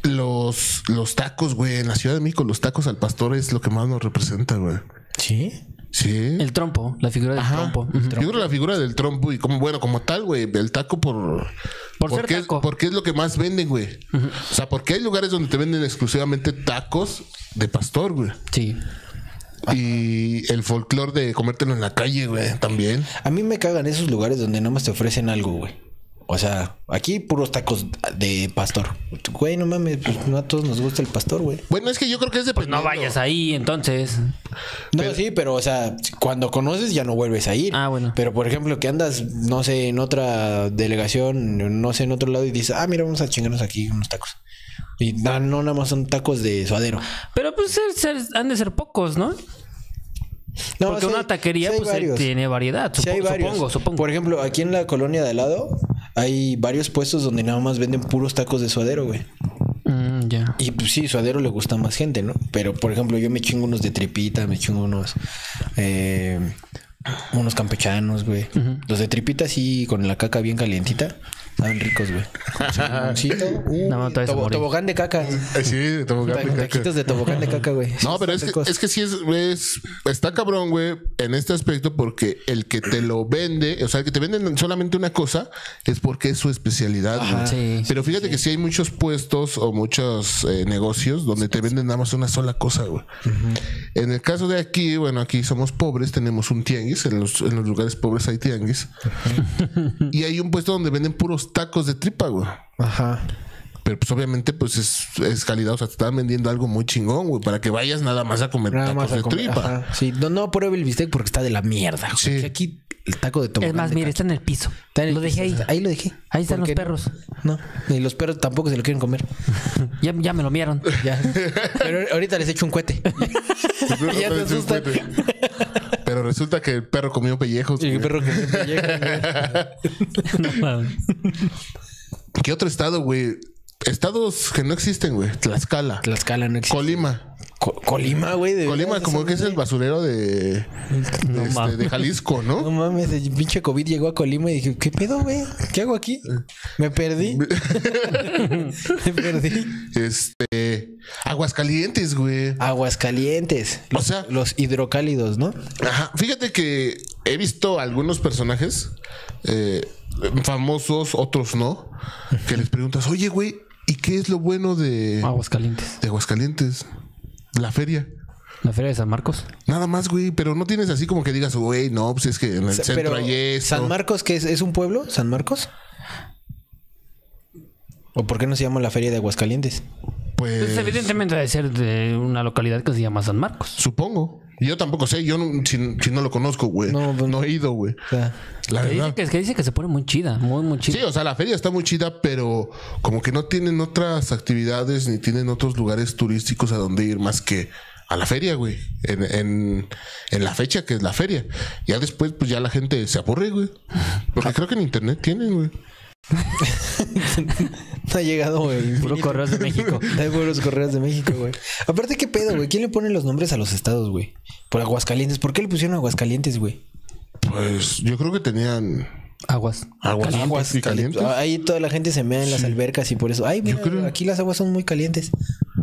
S3: los, los tacos, güey. En la Ciudad de México, los tacos al pastor es lo que más nos representa, güey.
S4: Sí.
S3: Sí.
S5: El trompo, la figura del
S3: Ajá.
S5: trompo.
S3: Yo creo que la figura del trompo y como, bueno, como tal, güey, el taco por...
S5: Por ser
S3: porque, es-
S5: taco.
S3: porque es lo que más venden, güey. O sea, porque hay lugares donde te venden exclusivamente tacos de pastor, güey.
S5: Sí. Ah.
S3: Y el folclore de comértelo en la calle, güey, también.
S4: A mí me cagan esos lugares donde nomás te ofrecen algo, güey. O sea, aquí puros tacos de pastor. Güey, no mames, pues no a todos nos gusta el pastor, güey.
S3: Bueno, es que yo creo que es dependiendo.
S5: Pues No vayas ahí entonces.
S4: No, sí, pero o sea, cuando conoces ya no vuelves a ir.
S5: Ah, bueno.
S4: Pero por ejemplo, que andas, no sé, en otra delegación, no sé, en otro lado y dices, ah, mira, vamos a chingarnos aquí unos tacos. Y no, no nada más son tacos de suadero.
S5: Pero pues ser- ser- han de ser pocos, ¿no?
S4: No,
S5: Porque
S4: sí hay-
S5: una taquería
S4: sí hay
S5: pues eh,
S4: varios.
S5: tiene variedad.
S4: Sí, hay
S5: supo-
S4: varios.
S5: supongo, supongo.
S4: Por ejemplo, aquí en la colonia de al lado hay varios puestos donde nada más venden puros tacos de suadero, güey.
S5: Mm, ya.
S4: Y pues sí, suadero le gusta más gente, ¿no? Pero por ejemplo, yo me chingo unos de tripita, me chingo unos. eh, unos campechanos, güey. Los de tripita sí, con la caca bien calientita. Saben ricos, güey. Con
S5: <laughs>
S4: su limoncito, uy,
S5: No, no te vayas a
S4: tobo-
S5: morir.
S4: tobogán de caca.
S3: Eh, Sí,
S5: <laughs>
S3: de tobogán de
S4: Ta-
S3: caca.
S4: Taquitos de tobogán de caca, güey.
S3: No, pero es
S4: Están
S3: que,
S4: ricos.
S3: es que sí es, es- está cabrón, güey, en este aspecto, porque el que te lo vende, o sea, el que te venden solamente una cosa, es porque es su especialidad, güey.
S5: Sí,
S3: Pero fíjate que sí hay muchos puestos o muchos eh, negocios donde te venden nada más una sola cosa, güey. En el caso de aquí, bueno, aquí somos pobres, tenemos un tianguis, en los, en los lugares pobres hay tianguis. <laughs> y hay un puesto donde venden puros tacos de tripa, güey.
S4: Ajá.
S3: Pero pues obviamente pues es, es calidad, o sea, te están vendiendo algo muy chingón, güey, para que vayas nada más a comer
S4: Nada
S3: tacos
S4: más a
S3: de
S4: comer,
S3: tripa.
S4: ajá. Sí, no, no pruebe el bistec porque está de la mierda. güey.
S3: Sí.
S4: Aquí el taco de tobogán.
S5: Es más,
S4: de
S5: mire,
S4: caca.
S5: está en el piso.
S4: Está en el
S5: lo dejé ahí.
S4: piso, ajá. Ahí lo dejé.
S5: Ahí están los
S4: Porque-
S5: perros.
S4: No, y los perros tampoco se lo quieren comer.
S5: Ya, ya me lo miraron.
S4: Ya. Pero ahorita les echo un cohete. <laughs> Y ya te asustan.
S3: Pero resulta que el perro comió pellejos.
S4: Y el
S3: güey.
S4: perro que
S3: <laughs>
S4: siempre llega, güey.
S5: No mames.
S3: ¿Qué otro estado, güey? Estados que no existen, güey. Tlaxcala.
S4: Tlaxcala no existe.
S3: Colima.
S4: Co- Colima, güey. de
S3: Colima
S4: veras,
S3: como que es el basurero de, de, este,
S5: mames.
S3: de Jalisco,
S4: No
S3: ¿no?
S4: mames, el pinche COVID llegó a Colima y dije, ¿qué pedo, güey? ¿Qué hago aquí?
S3: <laughs>
S4: Me perdí. <laughs> Me perdí.
S3: Este... Aguascalientes, güey.
S4: Aguascalientes.
S3: O sea-
S4: los hidrocálidos, ¿no?
S3: Ajá. Fíjate que he visto algunos personajes eh, famosos, otros no, que les preguntas, oye, güey, ¿y qué es lo bueno de,
S5: Aguas calientes.
S3: de Aguascalientes? La feria.
S5: La feria de San Marcos.
S3: Nada más, güey, pero no tienes así como que digas, güey, no, pues es que en el centro hay esto.
S4: San Marcos, ¿qué es? ¿Es un pueblo? ¿San Marcos? ¿O por qué no se llama la Feria de Aguascalientes?
S5: Pues
S3: Pues
S5: evidentemente debe ser de una localidad que se llama San Marcos.
S3: supongo. Yo tampoco sé, yo no, si, si no lo conozco, güey.
S4: No,
S3: No,
S4: pues,
S3: he ido, güey.
S4: O sea,
S3: La
S5: Que
S3: verdad.
S5: dice que, que dice que se pone muy chida, muy, muy chida.
S3: Sí, o sea, la feria está muy chida, pero como que no tienen otras actividades ni tienen otros lugares turísticos a donde ir más que a la feria, güey. En, en, en la fecha que es la feria. Ya después, pues ya la gente se aburre, güey. Porque creo que en internet tienen, güey.
S4: no <laughs> ha llegado, güey.
S5: Puro correos de México.
S4: <laughs> Hay puros correos de México, güey. Aparte, ¿qué pedo, güey? ¿Quién le pone los nombres a los estados, güey? Por Aguascalientes. ¿Por qué le pusieron Aguascalientes, güey?
S3: Pues yo creo que tenían
S4: <laughs>
S5: Aguas.
S3: aguas, aguas y calientes.
S4: Ah, Ahí toda la gente se mea en las albercas y por eso. Ay, mira,
S3: Yo creo-
S4: aquí las aguas son muy calientes.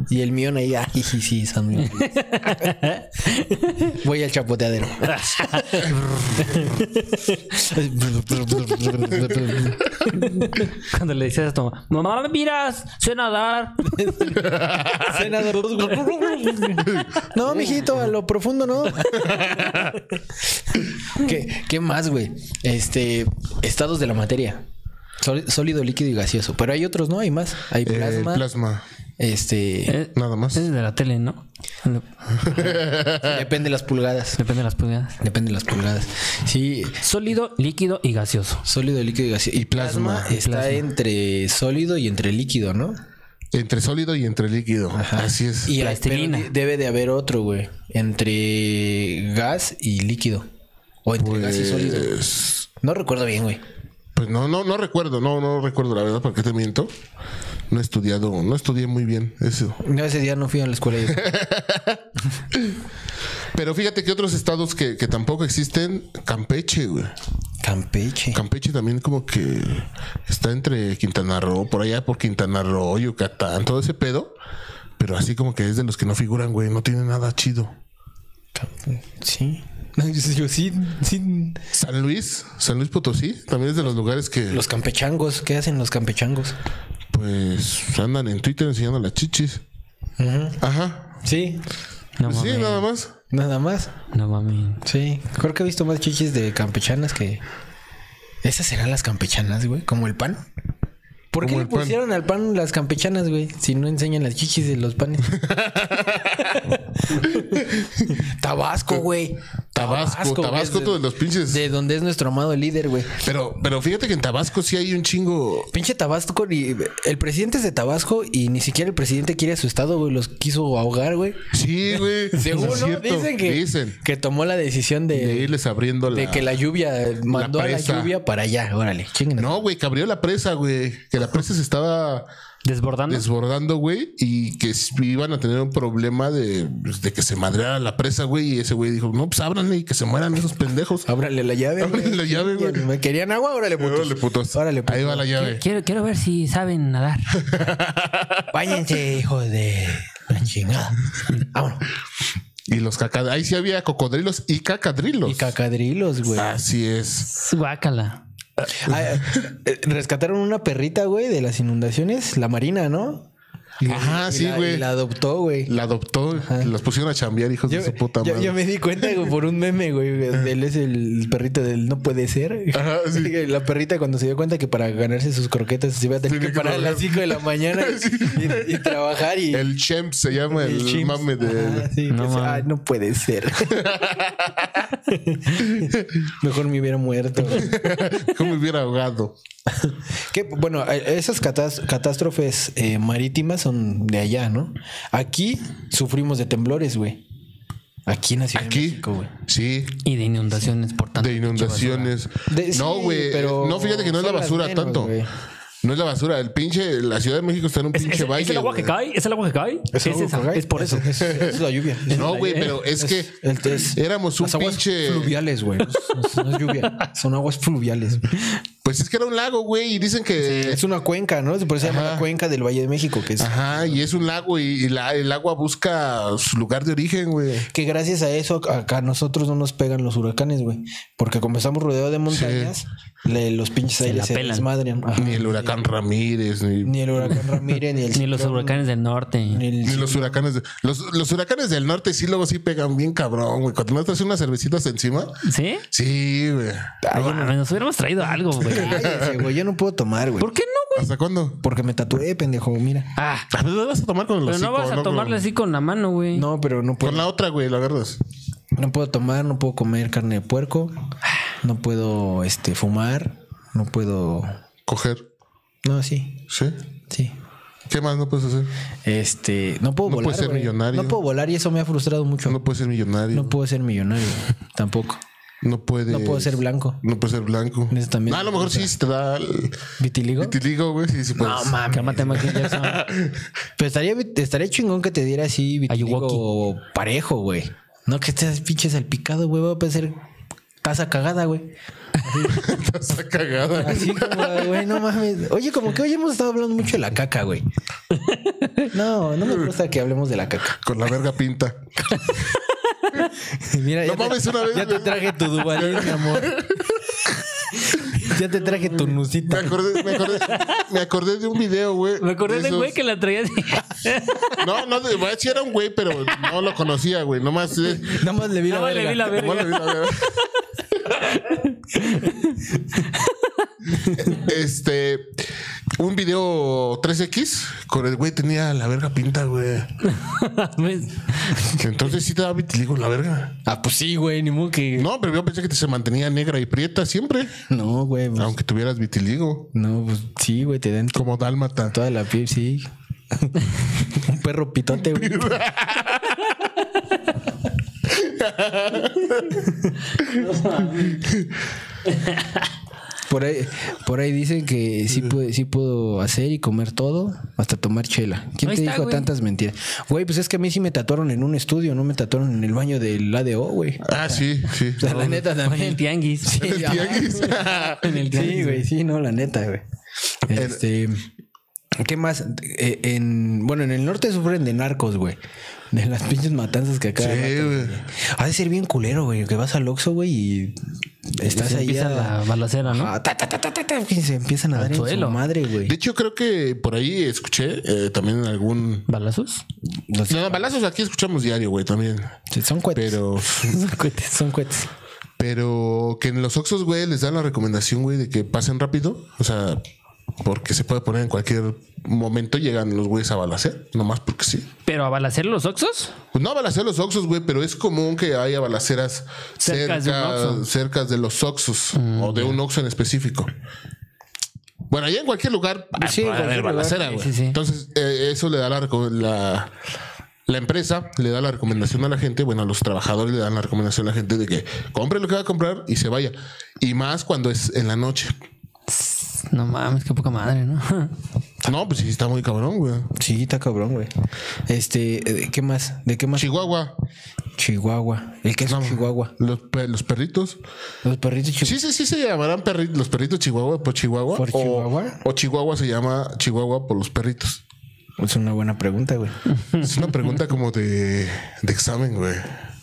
S4: Y el mío ahí, ay, sí, sí, son
S5: <laughs>
S4: muy calientes. Voy al chapoteadero. <laughs>
S5: Cuando le decías a tu mamá, mamá, miras, sé nadar.
S4: Senador. no, mijito, a lo profundo no. ¿Qué, qué más, güey? Este, estados de la materia. Sol- Sólido, líquido y gaseoso. Pero hay otros, ¿no? Hay más. Hay
S3: Eh,
S4: plasma.
S3: plasma.
S4: Este,
S5: <laughs> Eh,
S3: Nada más.
S5: Es de la tele, ¿no?
S4: depende de las pulgadas.
S5: Depende de las pulgadas.
S4: Depende de las pulgadas. Sí,
S5: Sólido, líquido y gaseoso.
S4: sólido, líquido y gaseoso. Y plasma,
S3: Plasma.
S4: está entre sólido y entre líquido, ¿no?
S3: Entre sólido y entre líquido. Así es.
S4: Y
S5: Plastilina.
S4: pero de- debe de haber otro, güey. Entre gas y líquido. O entre gas y sólido.
S3: Pues,
S4: No recuerdo bien, güey.
S3: pues no, no, no recuerdo, no, no recuerdo la verdad, porque te miento. No he estudiado, no estudié muy bien eso.
S4: No, ese día no fui a la escuela.
S3: <laughs>
S4: yo.
S3: Pero fíjate que otros estados que, que tampoco existen, Campeche, güey.
S4: Campeche.
S3: Campeche también como que está entre Quintana Roo, por allá por Quintana Roo, Yucatán, todo ese pedo. Pero así como que es de los que no figuran, güey, no tiene nada chido.
S4: Campe- Sí. No, yo, yo sí, sí.
S3: San Luis, San Luis Potosí, también es de los lugares que
S4: Los campechangos. ¿Qué hacen los campechangos?
S3: pues andan en Twitter enseñando las chichis. Ajá.
S4: Sí.
S5: No
S3: sí,
S5: mames.
S3: nada más.
S4: Nada más.
S5: No mames.
S4: Sí. Creo que he visto más chichis de campechanas que. Esas serán las campechanas, güey. Como el pan. ¿Por qué
S3: Como
S4: le
S3: el pan.
S4: pusieron al pan las campechanas, güey? Si no enseñan las chichis de
S3: <laughs>
S4: los panes. Tabasco, güey.
S3: Tabasco, Tabasco,
S4: güey,
S3: todos los pinches.
S4: De donde es nuestro amado líder, güey.
S3: Pero, pero fíjate que en Tabasco sí hay un chingo.
S4: Pinche Tabasco, y el presidente es de Tabasco y ni siquiera el presidente quiere a su estado, güey. Los quiso ahogar, güey.
S3: Sí,
S4: <laughs>
S3: güey.
S4: Seguro
S3: Es cierto.
S4: dicen que
S3: Dicen
S4: que tomó la decisión de,
S3: de irles abriendo la.
S4: de que la lluvia mandó a la
S3: presa.
S4: lluvia para allá. Órale, chinguen.
S3: No, güey, que abrió la presa, güey. Que la presa se estaba
S5: ¿Desbordando?
S3: desbordando, güey, y que s- iban a tener un problema de, pues, de que se madreara la presa, güey. Y ese güey dijo, no, pues ábranle y que se mueran esos pendejos.
S4: Ábrale la llave. güey.
S3: Ábrale la llave, güey.
S4: ¿Me querían agua? Órale, putos.
S3: Órale, putos.
S4: Órale, putos.
S3: Ahí va la llave.
S5: Quiero, quiero ver si saben nadar.
S4: Váyanse, hijo de la chingada. Vámonos.
S3: Y los cacad... Ahí sí había cocodrilos y cacadrilos.
S4: Y cacadrilos, güey.
S3: Así es.
S5: Guácala.
S4: Ah, eh, Rescataron una perrita, güey, de las inundaciones. La marina, ¿no?
S3: Ajá,
S4: Y
S3: sí,
S4: la-
S3: güey.
S4: y La
S3: La,
S4: adoptó, güey.
S3: adoptó, las pusieron a chambear, hijos
S4: Yo,
S3: de su puta
S4: yo-
S3: madre.
S4: yo me di cuenta güey, por un meme, güey. Él es el perrito del no puede ser. <laughs>
S3: Ajá, sí.
S4: La perrita cuando se dio cuenta que para ganarse sus croquetas se iba a tener
S3: Tiene
S4: que
S3: que
S4: parar a las
S3: trabajar.
S4: 5 de
S3: <laughs>
S4: la mañana y, y trabajar y...
S3: El champ se llama el,
S4: chimps.
S3: mame
S4: Ajá,
S3: de.
S4: sí,
S5: No
S4: que se-
S5: mames.
S4: ay, no
S3: <laughs>
S4: puede ser. Mejor me hubiera muerto. güey.
S3: <laughs> ¿Cómo me hubiera ahogado?
S4: Que, bueno, eh, esas catas- catástrofes eh, marítimas son de allá, ¿no? Aquí sufrimos de temblores, güey. Aquí en la Ciudad de
S3: Aquí.
S4: México, güey.
S3: Sí.
S5: Y de inundaciones, por tanto.
S3: De inundaciones.
S4: De-
S3: no,
S4: sí,
S3: güey.
S4: pero
S3: No, fíjate que no es la
S4: son las
S3: basura
S4: menos,
S3: tanto.
S4: güey.
S3: No es la basura. El pinche. La Ciudad de México está en un
S5: ¿Es,
S3: pinche
S5: es-
S3: valle.
S5: es el agua que
S3: güey.
S5: cae? ¿Es el agua que cae? Es,
S4: algo
S5: esa,
S4: correcto.
S5: es por eso.
S4: Es, es la lluvia. Es
S3: No,
S4: la
S3: güey,
S4: lluvia.
S3: pero es que
S4: el test.
S3: éramos un
S4: Las aguas
S3: pinche-
S4: fluviales, güey. No es- no es lluvia. Son aguas fluviales.
S3: Pues es que era un lago, güey. Y dicen que.
S4: Es una cuenca, ¿no? Por eso se llama
S3: Ajá.
S4: la cuenca del Valle de México, que es
S3: Ajá, y es un lago y, y la- el agua busca su lugar de origen, güey.
S4: que gracias a eso acá a nosotros no nos pegan los huracanes, güey, porque como estamos rodeados de montañas, le- los pinches aires
S5: la
S4: se
S5: pelan.
S4: desmadran. Ajá.
S3: Ni el huracán Ramírez, ni,
S4: Ni el huracán Ramírez, <laughs> ni el
S5: Ni los
S4: ciclón,
S5: huracanes del norte.
S4: ni el-
S3: ni los huracanes. de- los, los huracanes del norte sí, luego sí pegan bien cabrón, güey. Cuando no traes unas cervecitas encima.
S5: ¿Sí?
S3: Sí, güey.
S5: No mames, nos hubiéramos traído algo,
S4: <laughs>
S5: güey.
S4: Cállese, güey, yo no puedo tomar, güey,
S5: ¿Por qué no, güey?
S3: ¿Hasta cuándo?
S4: porque me tatué, pendejo, mira.
S5: Ah,
S3: ¿A dónde vas a tomar con el
S5: pero no
S3: hocico,
S5: vas a
S3: Con-
S5: tomarle así con la mano, güey.
S4: No, pero no puedo.
S3: Con la otra, güey, la agarras.
S4: No puedo tomar, no puedo comer carne de puerco, no puedo este fumar, no puedo.
S3: Coger.
S4: No, sí,
S3: ¿Sí?
S4: sí.
S3: ¿Qué más no puedes hacer?
S4: Este, no puedo
S3: No
S4: volar.
S3: puedes ser
S4: güey.
S3: millonario.
S4: No puedo volar y eso me ha frustrado mucho.
S3: No
S4: No,
S3: puedes ser millonario. No,
S4: puedo ser millonario tampoco.
S3: puedes.
S4: No puedo ser blanco.
S3: No puedes ser blanco.
S4: Eso también
S3: Ah, a lo
S4: me
S3: mejor
S4: gusta.
S3: sí, si te da. el-
S4: ¿Vitiligo?
S3: Y te digo, güey, sí, sí, puedes.
S4: No mames.
S5: Ah, Cálmate, Michael Jackson.
S4: Pero estaría, estaría chingón que te diera así vitiligo
S5: Ayuwoki.
S4: parejo, güey. No que estés pinche salpicado, güey. Va a parecer taza cagada, güey.
S3: <laughs> Está cagada.
S4: Así como, güey, no mames. Oye, como que hoy hemos estado hablando mucho de la caca, güey. No, no me gusta que hablemos de la caca.
S3: Con la verga pinta.
S4: Mira,
S3: No
S4: ya,
S5: <laughs>
S3: mames,
S4: te,
S3: una vez,
S4: ya te
S3: güey.
S4: traje tu duvalín, mi amor. ya te traje tu
S3: Me
S4: nusita.
S3: acordé, me acordé, me acordé de un video, güey.
S5: Me acordé del
S3: esos-
S5: güey que la traía así.
S3: No, no, de verdad sí era un güey, pero no lo conocía, güey. Nomás. eh,
S4: Nada más le vi la
S5: Nada más le
S4: verga.
S5: vi la verga. <laughs>
S3: nomás lo vi, la verdad. Este. Un video 3X con el güey tenía la verga pinta, güey.
S5: Pues,
S3: Entonces sí te daba vitiligo la verga.
S4: Ah, pues sí, güey, ni modo que.
S3: No, pero yo pensé que te se mantenía negra y prieta siempre,
S4: No, güey. pues,
S3: aunque tuvieras vitiligo.
S4: No, pues sí, güey, te dan
S3: Como dálmata.
S4: toda la piel, sí. Un perro pitote, güey. Por ahí, por ahí dicen que sí, pude- sí puedo hacer y comer todo, hasta tomar chela. ¿Quién
S5: Ahí
S4: te
S5: está,
S4: dijo
S5: güey.
S4: tantas mentiras? Güey, pues es que a mí sí me tatuaron en un estudio, no me tatuaron en el baño del ADO, güey.
S3: Ah, sí, sí.
S4: O sea, la neta
S5: En el
S4: también.
S5: tianguis.
S4: Sí,
S3: El
S4: ajá. <laughs>
S3: tianguis.
S5: En el tianguis,
S4: Sí, güey, sí, no, la neta, güey. Este, ¿qué más? Eh, en, bueno, en el norte sufren de narcos, güey. De las pinches matanzas que acá.
S3: Sí, güey.
S4: Ha de ser bien culero, güey, que vas al Oxxo, güey, y estás
S5: Se
S4: ahí
S5: empieza
S4: a-
S5: la balacera, ¿no?
S4: Ah, ta, ta, ta, ta, ta, ta, que se empiezan a
S5: Al
S4: dar en su
S5: suelo.
S4: madre, güey.
S3: De hecho, creo que por ahí escuché eh, también en algún.
S5: ¿Balazos?
S4: Los-
S3: No, no, balazos aquí escuchamos diario, güey, también.
S4: Son cohetes.
S3: Pero,
S4: <laughs> Son cohetes, son cohetes.
S3: pero que en los Oxos, güey, les dan la recomendación, güey, de que pasen rápido. O sea, porque se puede poner en cualquier momento. Llegan los güeyes a balacer, nomás porque sí.
S5: ¿Pero a balacer los oxos?
S3: Pues no a balacer los Oxos, güey, pero es común que haya balaceras cerca,
S5: Cercas de un Oxxo.
S3: cerca de los Oxos o de un Oxo en específico. Bueno, allá en cualquier lugar puede
S4: Sí, en cualquier
S3: haber
S4: lugar.
S3: balacera, güey.
S5: Sí, sí.
S3: Entonces, eh, eso le da la, reco- la la empresa le da la recomendación a la gente, bueno, a los trabajadores le dan la recomendación a la gente de que compre lo que va a comprar y se vaya. Y más cuando es en la noche.
S5: No mames, qué poca madre, ¿no?
S3: No, pues sí, está muy cabrón, güey.
S4: Sí, está cabrón, güey. Este, eh, ¿qué más? ¿De qué más?
S3: Chihuahua,
S4: Chihuahua. El que es un Chihuahua.
S3: los, pe- los perritos.
S4: Los perritos chihuahuas.
S3: Sí, sí, sí se llamarán perritos, los perritos Chihuahua por Chihuahua.
S4: ¿Por
S3: o,
S4: Chihuahua?
S3: O Chihuahua se llama Chihuahua por los perritos.
S4: Es una buena pregunta, güey.
S3: Es una pregunta como de, de examen, güey.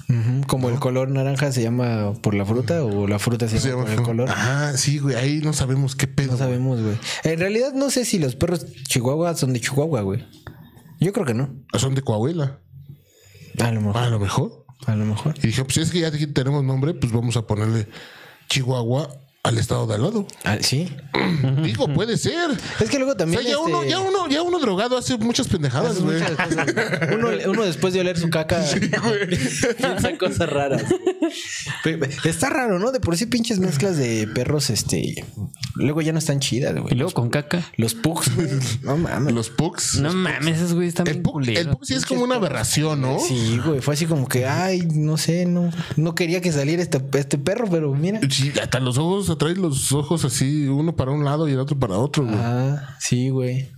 S4: Ujú, Como el color naranja se llama por la fruta o la fruta se,
S3: Se
S4: llama,
S3: llama-
S4: por el color.
S3: Ah, sí, güey. Ahí no sabemos qué pedo.
S4: No sabemos, güey. En realidad no sé si los perros chihuahuas son de Chihuahua, güey. Yo creo que no.
S3: güey. Son de Coahuila.
S4: A lo mejor.
S3: A lo mejor.
S4: A lo mejor.
S3: Y dije, pues es que ya aquí tenemos nombre, pues vamos a ponerle Chihuahua al estado de al lado.
S4: Ah, sí.
S3: Digo, puede ser.
S4: Es que luego
S3: O
S4: también.
S3: sea, ya
S4: este,
S3: uno, ya uno, ya uno drogado hace muchas pendejadas,
S4: haces
S3: güey.
S4: muchas cosas, güey. <laughs> Uno, uno después de oler su caca piensa cosas raras. güey. Está raro, ¿no? De por sí pinches mezclas de perros, este. Luego ya no están chidas,
S5: <laughs> Y
S4: güey.
S5: luego con caca.
S4: Los pugs, güey. No mames.
S3: Los pugs.
S5: No mames, esos güeyes están
S3: el
S5: bien
S3: pug, el
S5: culeros.
S3: pug sí es como una aberración, ¿no?
S4: Sí, güey, fue así como que, ay, no sé, no, no quería que saliera este, este perro, pero mira.
S3: Sí, hasta los ojos, atraes los ojos así, uno para un lado y el otro para otro, güey.
S4: Ah, sí, güey.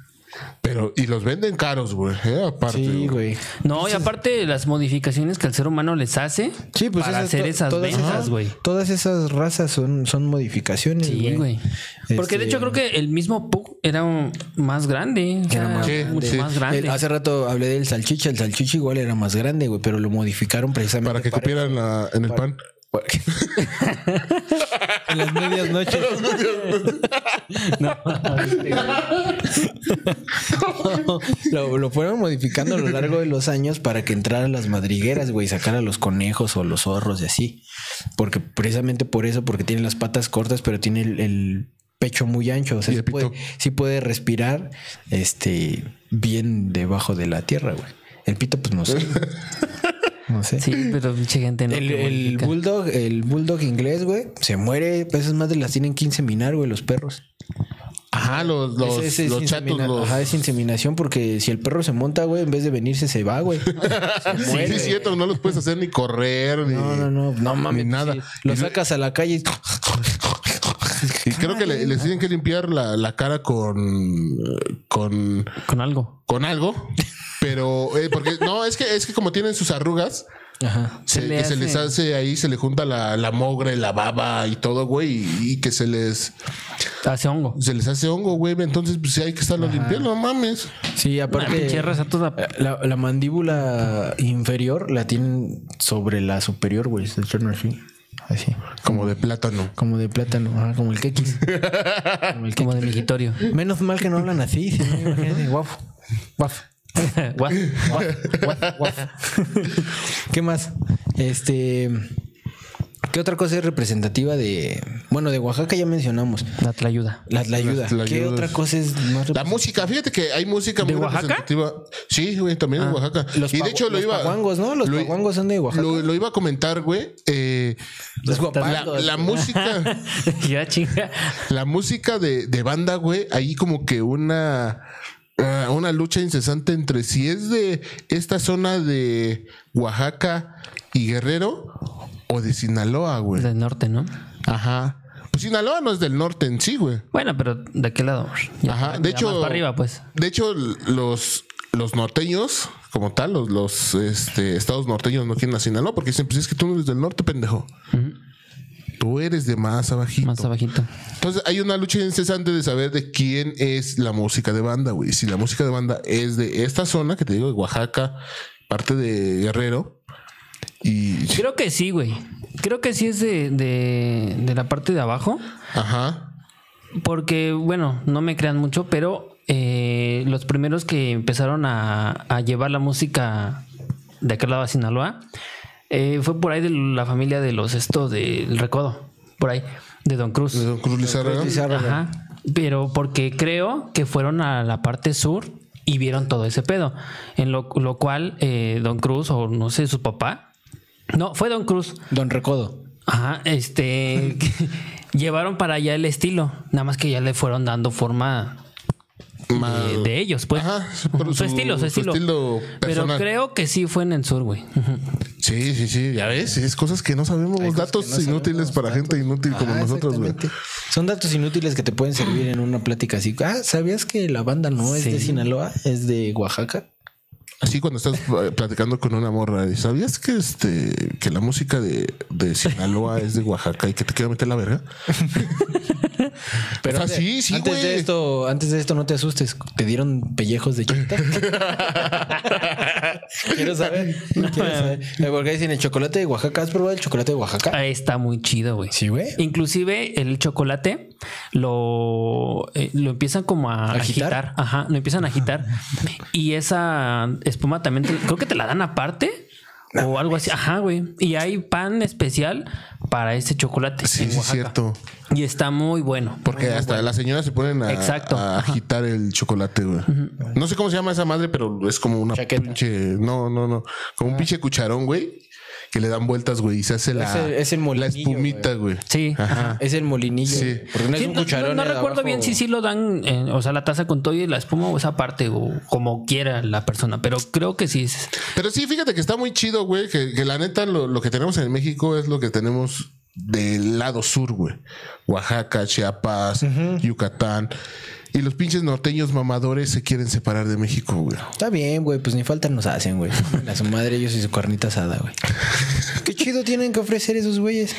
S3: Pero, y los venden caros, güey, eh, aparte.
S4: Sí, güey.
S5: No, y aparte las modificaciones que el ser humano les hace
S4: Sí, pues
S5: para
S4: esas
S5: hacer
S4: to-
S5: esas
S4: todas
S5: ventas,
S4: esas-
S5: güey.
S4: Todas esas razas son, son modificaciones,
S5: Sí, güey. Porque
S4: Este-
S5: de hecho creo que el mismo Pug era un- más grande. o sea,
S4: más
S5: mucho
S3: grande.
S5: más
S3: Sí.
S5: grande.
S4: El- hace rato hablé del salchicha, el salchicha igual era más grande, güey, pero lo modificaron precisamente
S3: Para que cupieran la- en el pan.
S4: en las medias noches. <laughs> No, lo, lo fueron modificando a lo largo de los años para que entraran las madrigueras, güey, sacar a los conejos o los zorros y así. Porque precisamente por eso, porque tiene las patas cortas, pero tiene el, el pecho muy ancho. O sea,
S3: Y
S4: sí
S3: el
S4: puede,
S3: pito.
S4: sí puede respirar este bien debajo de la tierra, güey. El pito, pues <laughs> no sé. No sé.
S5: Sí, pero mucha gente no.
S4: El,
S5: te
S4: el
S5: modifica.
S4: bulldog, el bulldog inglés, güey, se muere. Esas madres las tienen que inseminar, güey, los perros.
S3: Ajá, los, los,
S4: Ese- ese es
S3: los chatos,
S4: insemina-
S3: los.
S4: Ajá, es inseminación porque si el perro se monta, güey, en vez de venirse se va, güey. Se
S3: <laughs> Sí,
S4: muere.
S3: sí, es cierto, no los puedes hacer ni correr, ni,
S4: No, no, no, no mames.
S3: ni nada.
S4: sí. Lo sacas a
S3: <laughs>
S4: la calle y...
S3: Y creo que le- les tienen que limpiar la, la cara con, con,
S5: Con algo.
S3: con algo. Pero, eh, porque no, es que, es que como tienen sus arrugas,
S4: Ajá.
S3: se,
S5: Se le
S3: que se
S5: hace-
S3: les hace ahí, se le junta la, la mogre, la baba y todo, güey, y- y que se les.
S5: Hace hongo.
S3: se les hace hongo, güey. Entonces, pues sí hay que estarlo limpiando, no mames.
S4: Sí,
S5: Una
S4: aparte... eh,
S5: pinche raza toda.
S4: La, la mandíbula inferior la tienen sobre la superior, güey. Se echan así. Así.
S3: Como de plátano.
S4: Como de plátano. Ajá, como
S3: <laughs>
S4: el quequis. Como el
S5: Como de migitorio.
S4: Menos mal que no hablan así, si no, imagínate, guaf, guaf,
S5: Guau, guau.
S4: guaf, guaf. <laughs> ¿Qué más? Este, ¿qué otra cosa es representativa de, bueno, de Oaxaca ya mencionamos,
S5: La tlayuda.
S4: la tlayuda.
S3: Las tlayudas.
S4: ¿Qué otra cosa es más
S3: La
S4: representativa?
S3: música, fíjate que hay música
S5: ¿De
S3: muy
S5: Oaxaca?
S3: representativa. Sí, güey, también en Oaxaca.
S4: Ah, Los
S3: y
S4: pagua-
S3: de hecho lo
S4: los
S3: iba.
S4: paguangos, ¿no? Los
S3: lo-
S4: paguangos son de Oaxaca.
S3: Lo, lo iba a comentar, güey. Eh,
S4: Los
S3: la,
S4: guapangos.
S3: la música,
S5: <laughs> ya chinga.
S3: la música de, de banda, güey, ahí como que una. ah, una lucha incesante entre si es de esta zona de Oaxaca y Guerrero o de Sinaloa, güey.
S5: Del norte, ¿no?
S3: Ajá. Pues Sinaloa no es del norte en sí, güey.
S5: Bueno, pero ¿de qué lado? Ya,
S3: Ajá.
S5: ya
S3: De hecho,
S5: más para arriba, pues.
S3: De hecho, los, los norteños, como tal, los, los este, estados norteños no quieren a Sinaloa porque dicen, pues es que tú no eres del norte, pendejo. Tú eres de más abajito.
S5: Más abajito.
S3: Entonces Pues hay una lucha incesante de saber de quién es la música de banda, güey. Si la música de banda es de esta zona, que te digo, de Oaxaca, parte de Guerrero. Y...
S5: Creo que sí, güey. Creo que sí es de, de, de la parte de abajo.
S3: Ajá.
S5: Porque, bueno, no me crean mucho, pero eh, los primeros que empezaron a, a llevar la música de aquel lado a Sinaloa eh, fue por ahí de la familia de los estos del Recodo, por ahí, de Don Cruz.
S3: De Don Cruz Lizárraga.
S5: Ajá. Pero porque creo que fueron a la parte sur y vieron todo ese pedo. En lo, lo cual, eh, Don Cruz, o no sé, su papá. No, fue Don Cruz.
S4: Don Recodo.
S5: Ajá, este. <laughs> que llevaron para allá el estilo. Nada más que ya le fueron dando forma eh,
S3: Ma-
S5: de, de ellos, pues.
S3: Ah, Ajá,
S5: Ujú, su, estilo, su, estilo. Pero
S3: personal.
S5: creo que sí fue en el sur, güey. Ujú.
S3: Sí, sí, sí. Ya ves, es cosas que no sabemos. datos inútiles para gente inútil como
S4: Ah,
S3: nosotros, güey.
S4: exactamente. Son datos inútiles que te pueden servir en una plática así. Ah, ¿sabías que la banda no es
S5: Sí.
S4: de Sinaloa? Es de Oaxaca.
S3: Así cuando estás eh, platicando con una morra, y, ¿sabías que este que la música de, de Sinaloa es de Oaxaca y que te quiero meter la verga? Pero
S4: antes-
S3: sí, sí,
S4: antes
S3: güey.
S4: de esto, antes de esto no te asustes. Te dieron pellejos
S3: <laughs>
S4: de chita. quiero saber, quiero
S3: Ah.
S4: saber. Eh, Porque dicen el chocolate de Oaxaca. ¿Has probado el chocolate de Oaxaca?
S5: Ahí Ah, está muy chido, güey.
S4: Sí, güey.
S5: Inclusive el chocolate lo, eh, lo empiezan como a
S4: ¿Agitar?
S5: agitar. Ajá, lo empiezan a agitar. y esa espuma también, te- creo que te la dan aparte o algo así. Ajá, güey. Y hay pan especial para este chocolate.
S3: Sí,
S5: en
S3: sí,
S5: Oaxaca.
S3: cierto.
S5: Y está muy bueno.
S3: Porque hasta las señoras se ponen a,
S5: Exacto.
S3: a
S5: Ajá.
S3: agitar el chocolate, güey. No sé cómo se llama esa madre, pero es como una
S4: Chaqueta.
S3: pinche. No, no, no. Como un pinche cucharón, güey. Que le dan vueltas, güey. Y se hace la,
S4: Es el- es el
S3: la
S4: molinillo,
S3: espumita, güey.
S5: Sí.
S3: Ajá.
S4: Es el molinillo.
S3: ah. Sí.
S4: Porque no es
S5: Sí,
S4: un
S5: no-
S4: cucharón.
S5: no,
S4: eh,
S5: no recuerdo
S4: abajo.
S5: bien si sí lo dan, eh, o sea, la taza con todo y la espuma o esa parte o como quiera la persona, pero creo que sí es.
S3: Pero sí, fíjate que está muy chido, güey. Que, que la neta, lo, lo que tenemos en México es lo que tenemos del lado sur, güey. Oaxaca, Chiapas, Yucatán. Y los pinches norteños mamadores se quieren separar de México, güey.
S4: Está bien, güey, pues ni falta nos hacen, güey. A su madre ellos y su carnita asada,
S3: <laughs>
S4: güey. Qué chido tienen que ofrecer esos güeyes.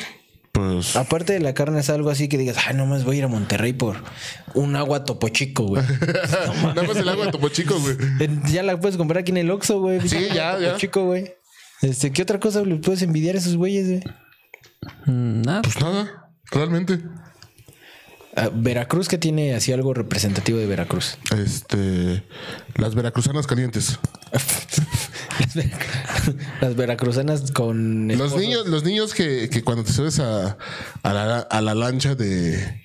S3: Pues. <laughs>
S4: Aparte de la carne es algo así que digas, ay, nomás voy a ir a Monterrey por un agua topo chico, güey.
S3: Nada más el agua de Topo Chico, güey.
S4: Eh, ya la puedes comprar aquí en <laughs> el Oxxo, güey.
S3: Sí,
S4: Pinche
S3: ya,
S4: Topo
S3: ya.
S4: Chico, güey. Este, ¿qué otra cosa le puedes envidiar a esos güeyes, güey?
S5: mm, nada.
S3: Pues nada, realmente.
S4: Ah, Veracruz que tiene así algo representativo de Veracruz. <laughs>
S3: Este. Las veracruzanas calientes.
S4: Las, verac- <laughs> las veracruzanas con
S3: Los niños, los niños que, que cuando te subes a, a, la, a la lancha de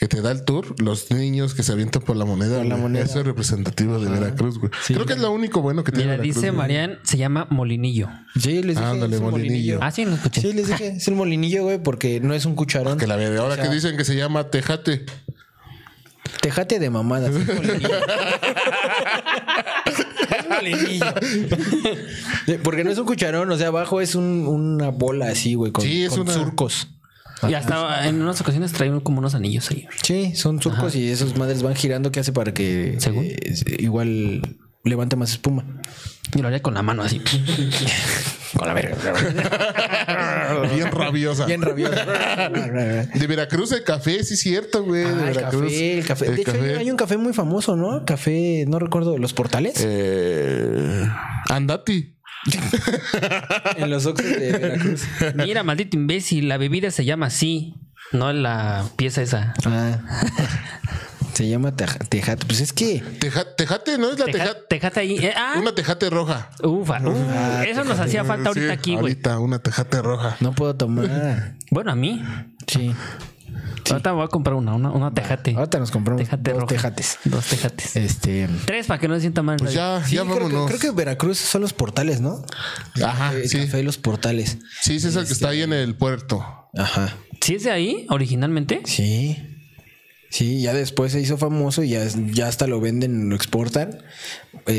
S3: que te da el tour, los niños que se avientan por la moneda.
S4: la
S3: güey.
S4: moneda.
S3: Eso es representativo de Veracruz, güey. Creo que es lo único bueno que tiene.
S5: Mira,
S3: Veracruz,
S5: dice
S3: güey.
S5: Marian, se llama Molinillo.
S4: Sí, les dije,
S3: Ándale,
S4: es un
S3: molinillo.
S5: Ah, sí, lo escuché.
S4: Sí, les dije, es el molinillo, güey, porque no es un cucharón.
S3: Que la verga. Ahora
S4: O sea,
S3: que dicen que se llama Tejate.
S4: Tejate de
S3: <laughs>
S4: mamadas. es molinillo. Es molinillo. Sí, Porque no es un cucharón, o sea, abajo es un- una bola así, güey, con,
S3: Sí, es
S4: con
S3: una-
S4: surcos.
S5: <laughs> Y hasta en unas ocasiones traen como unos anillos ahí.
S4: Sí, son surcos y esos madres van girando. ¿Qué hace para que
S5: ¿Según?
S4: eh, igual levante más espuma?
S5: Yo lo haría con la
S3: <laughs>
S5: mano así.
S4: Con la verga.
S3: Bien rabiosa.
S4: Bien
S3: <laughs>
S4: rabiosa.
S3: De Veracruz el café, sí es cierto, güey. de
S4: Ah, el
S3: Veracruz.
S4: café, el café.
S3: El
S4: de hecho, hay-
S3: café.
S4: hay un café muy famoso, ¿no? Café, no recuerdo, los portales.
S3: Eh, Andati.
S4: En los Oxxos de
S5: <laughs>
S4: Veracruz.
S5: Mira, maldito imbécil, la bebida se llama así, no la pieza esa.
S4: Ah. Se llama Teja- Tejate. Pues es que.
S3: Teja- tejate, ¿no? Es la tejate.
S5: Teja- Tejate ahí. eh, ah,
S3: Una tejate roja.
S5: ufa, uh, eso nos hacía falta ahorita
S3: Sí,
S5: aquí, güey.
S3: Ahorita, una tejate roja.
S4: No puedo
S5: <laughs>
S4: tomar.
S5: Bueno, a mí.
S4: Sí.
S5: Ahorita me voy a comprar una, una, una tejate.
S4: Ahorita nos compramos
S5: Tejate
S4: dos
S5: roja.
S4: tejates.
S5: Dos tejates.
S4: Este.
S5: Tres para que no se sienta mal.
S3: Pues ya,
S4: Sí,
S3: ya
S4: creo que-
S3: vámonos.
S4: Creo que Veracruz son los portales, ¿no?
S3: Ajá,
S4: El
S3: sí.
S4: café y los portales.
S3: Sí, ese es el que está ahí en el puerto.
S4: Ajá.
S5: ¿Sí es de ahí originalmente?
S4: Sí. Sí, ya después se hizo famoso y ya, ya hasta lo venden, lo exportan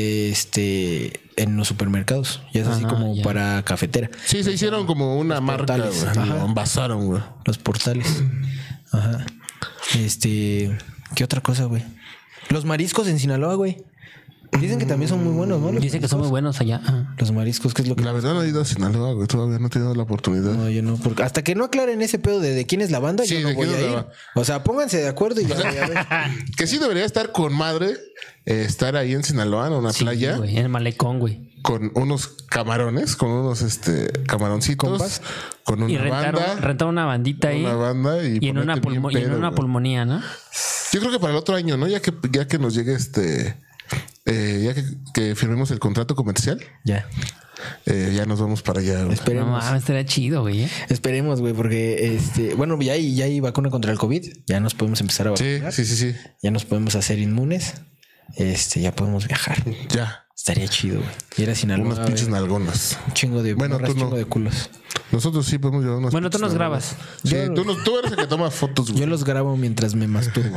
S4: este, en los supermercados. Ya es así
S5: Ajá,
S4: como
S5: ya.
S4: para cafetera.
S3: Sí, se hicieron como una marca,
S4: portales.
S3: güey.
S4: Ajá.
S3: Lo envasaron, güey.
S4: Los portales.
S3: <clears throat>
S4: Ajá. Este. ¿Qué otra cosa, güey? Los mariscos en Sinaloa, güey. Dicen que también son muy buenos, ¿no? Los
S5: Dicen que son muy buenos allá. Ah. Ajá.
S4: Los mariscos, ¿qué es lo que.?
S3: La verdad no he ido a Sinaloa, güey. Todavía no he tenido la oportunidad.
S4: No, yo no, porque hasta que no aclaren ese pedo de, de quién es la banda,
S3: Sí,
S4: yo no
S3: de
S4: voy
S3: quién
S4: a
S3: es la
S4: ir.
S3: ba-
S4: O sea, pónganse de acuerdo y
S3: <laughs>
S4: ya voy a ver.
S3: Que sí debería estar con madre eh, estar ahí en Sinaloa, en una
S5: Sí,
S3: playa,
S5: güey, en el malecón, güey.
S3: con unos camarones, con unos este camaroncitos,
S4: Compas.
S3: con
S5: Y
S3: una
S5: rentar,
S3: banda,
S5: rentar una bandita ahí.
S3: una banda y,
S5: y en una,
S3: ponerte bien
S5: pulmo- y en
S3: pedo,
S5: una
S3: güey.
S5: pulmonía, ¿no?
S3: Yo creo que para el otro año, ¿no? Ya que ya que nos llegue este eh, ya que, que firmemos el contrato comercial,
S4: Ya,
S3: eh, ya nos vamos para allá. güey.
S5: No
S4: esperemos.
S5: mames, estaría chido,
S4: <laughs>
S5: güey. ¿eh?
S4: Esperemos, güey, porque este, bueno, ya hay, ya hay vacuna contra el COVID. Ya nos podemos empezar a
S3: Sí,
S4: vacunar.
S3: sí, sí, sí.
S4: Ya nos podemos hacer inmunes. Este, ya podemos viajar.
S3: Ya.
S4: Estaría chido, güey. Ir a Sinaloa.
S3: Unas pinches
S4: güey.
S3: nalgonas.
S4: Un chingo de
S3: Bueno,
S4: morras,
S3: tú no.
S4: chingo de culos.
S3: Nosotros sí podemos llevar unas
S5: Bueno, tú
S3: pinches
S5: nos
S3: nalgonas.
S5: grabas.
S3: Sí,
S4: Yo-
S3: tú, nos- tú eres el que toma fotos, güey.
S4: Yo los grabo mientras
S3: <laughs>
S4: me masturbo.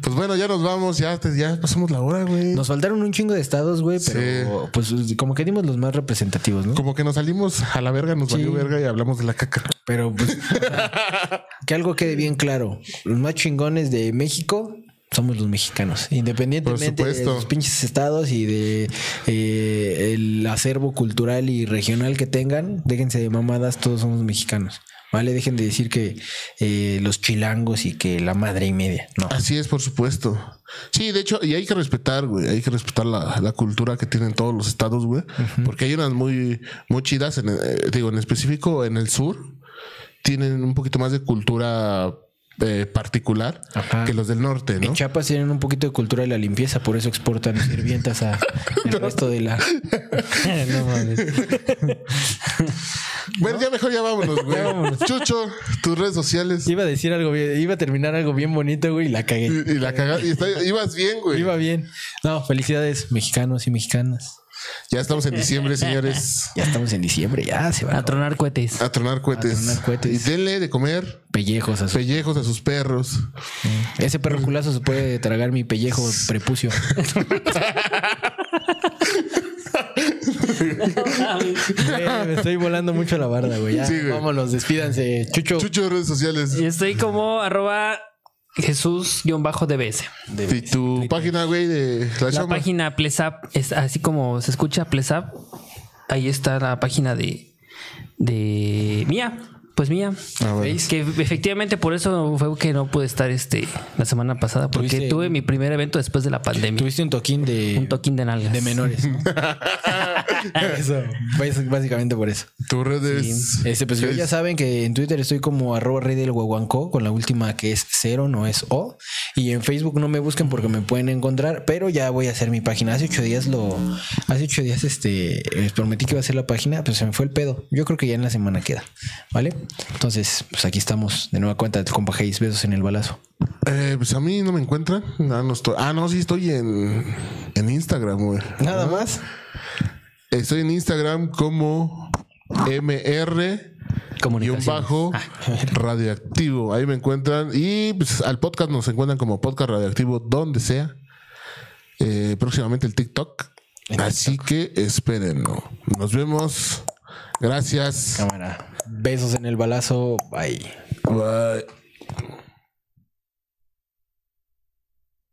S3: Pues bueno, ya nos vamos, ya, te- ya pasamos la hora, güey.
S4: Nos faltaron un chingo de estados, güey, pero pues como que dimos los más representativos, ¿no?
S3: Como que nos salimos a la verga, nos valió verga y hablamos de la caca.
S4: Pero <laughs> pues, o sea, que algo quede bien claro. Los más chingones de México somos los mexicanos. Independientemente
S3: Por
S4: de
S3: supuesto.
S4: los pinches estados y de eh, el acervo cultural y regional que tengan, déjense de mamadas, todos somos mexicanos. ¿Vale? Dejen de decir que eh, los chilangos y que la madre y media. No.
S3: Así es, por supuesto. Sí, de hecho, y hay que respetar, güey. Hay que respetar la, la cultura que tienen todos los estados, güey. Porque hay unas muy, muy chidas, en, eh, digo, en específico en el sur, tienen un poquito más de cultura eh, particular
S4: Ajá.
S3: que los del norte, ¿no?
S4: En Chiapas tienen un poquito de cultura de la limpieza, por eso exportan sirvientas a-
S3: <laughs>
S4: al resto de la.
S5: no mames.
S3: Bueno, ya mejor ya vámonos,
S4: <laughs>
S3: güey. Chucho, tus redes sociales.
S4: Iba a decir algo bien, iba a terminar algo bien bonito, güey, y la
S3: Y,
S4: cagué.
S3: y la cagaste. Y está- ibas bien, güey.
S4: eh, Iba bien. No, felicidades, mexicanos y mexicanas.
S3: Ya estamos en diciembre, señores.
S4: Ya estamos en diciembre, ya se van
S5: A tronar cohetes.
S3: A tronar cohetes.
S4: A tronar cohetes.
S3: Y denle de comer
S4: pellejos a su-
S3: pellejos a sus perros.
S4: Ese perro culazo se puede tragar mi pellejo <laughs>
S3: <laughs>
S4: prepucio. Güey, Eh, Me estoy volando mucho la barda, güey. Ya,
S3: Sí, güey.
S4: vámonos, despídanse. Chucho.
S3: Chucho, redes sociales.
S5: Y estoy como arroba Jesús-DBS.
S3: Y tu página, güey, de la,
S5: La
S3: chamba.
S5: página Plesap es así como se escucha Plesap. Ahí está la página de, de mía. Pues mía.
S3: Ah, bueno.
S5: Que efectivamente por eso fue que no pude estar este la semana pasada, porque
S4: Tuviste-
S5: tuve mi primer evento después de la pandemia.
S4: Tuviste un toquín de.
S5: un toquín de nalgas.
S4: de menores. ¿no? <laughs> eso, bas- básicamente por eso.
S3: Tus redes.
S4: Este, pues yo
S3: Es-
S4: ya saben que en Twitter estoy como arroba rey del guaguancó con la última que es cero, no es O. Y en Facebook no me busquen porque me pueden encontrar, pero ya voy a hacer mi página. Hace ocho días lo, hace ocho días este, les prometí que iba a hacer la página, pues se me fue el pedo. Yo creo que ya en la semana queda, ¿vale? Entonces, pues aquí estamos de nueva cuenta, compa Hayes, besos en el balazo.
S3: Eh, pues a mí no me encuentran. Ah, no, estoy, ah, no sí estoy en, en Instagram, güey. Ah,
S4: Nada más.
S3: Estoy en Instagram como MR. Y un
S5: Comunicaciones.
S3: bajo radioactivo. Ahí me encuentran. Y pues, al podcast nos encuentran como podcast radioactivo donde sea. Eh, próximamente el TikTok. Así que espérenlo. Nos vemos. Gracias.
S4: Cámara. Besos en el balazo. Bye.
S3: Bye.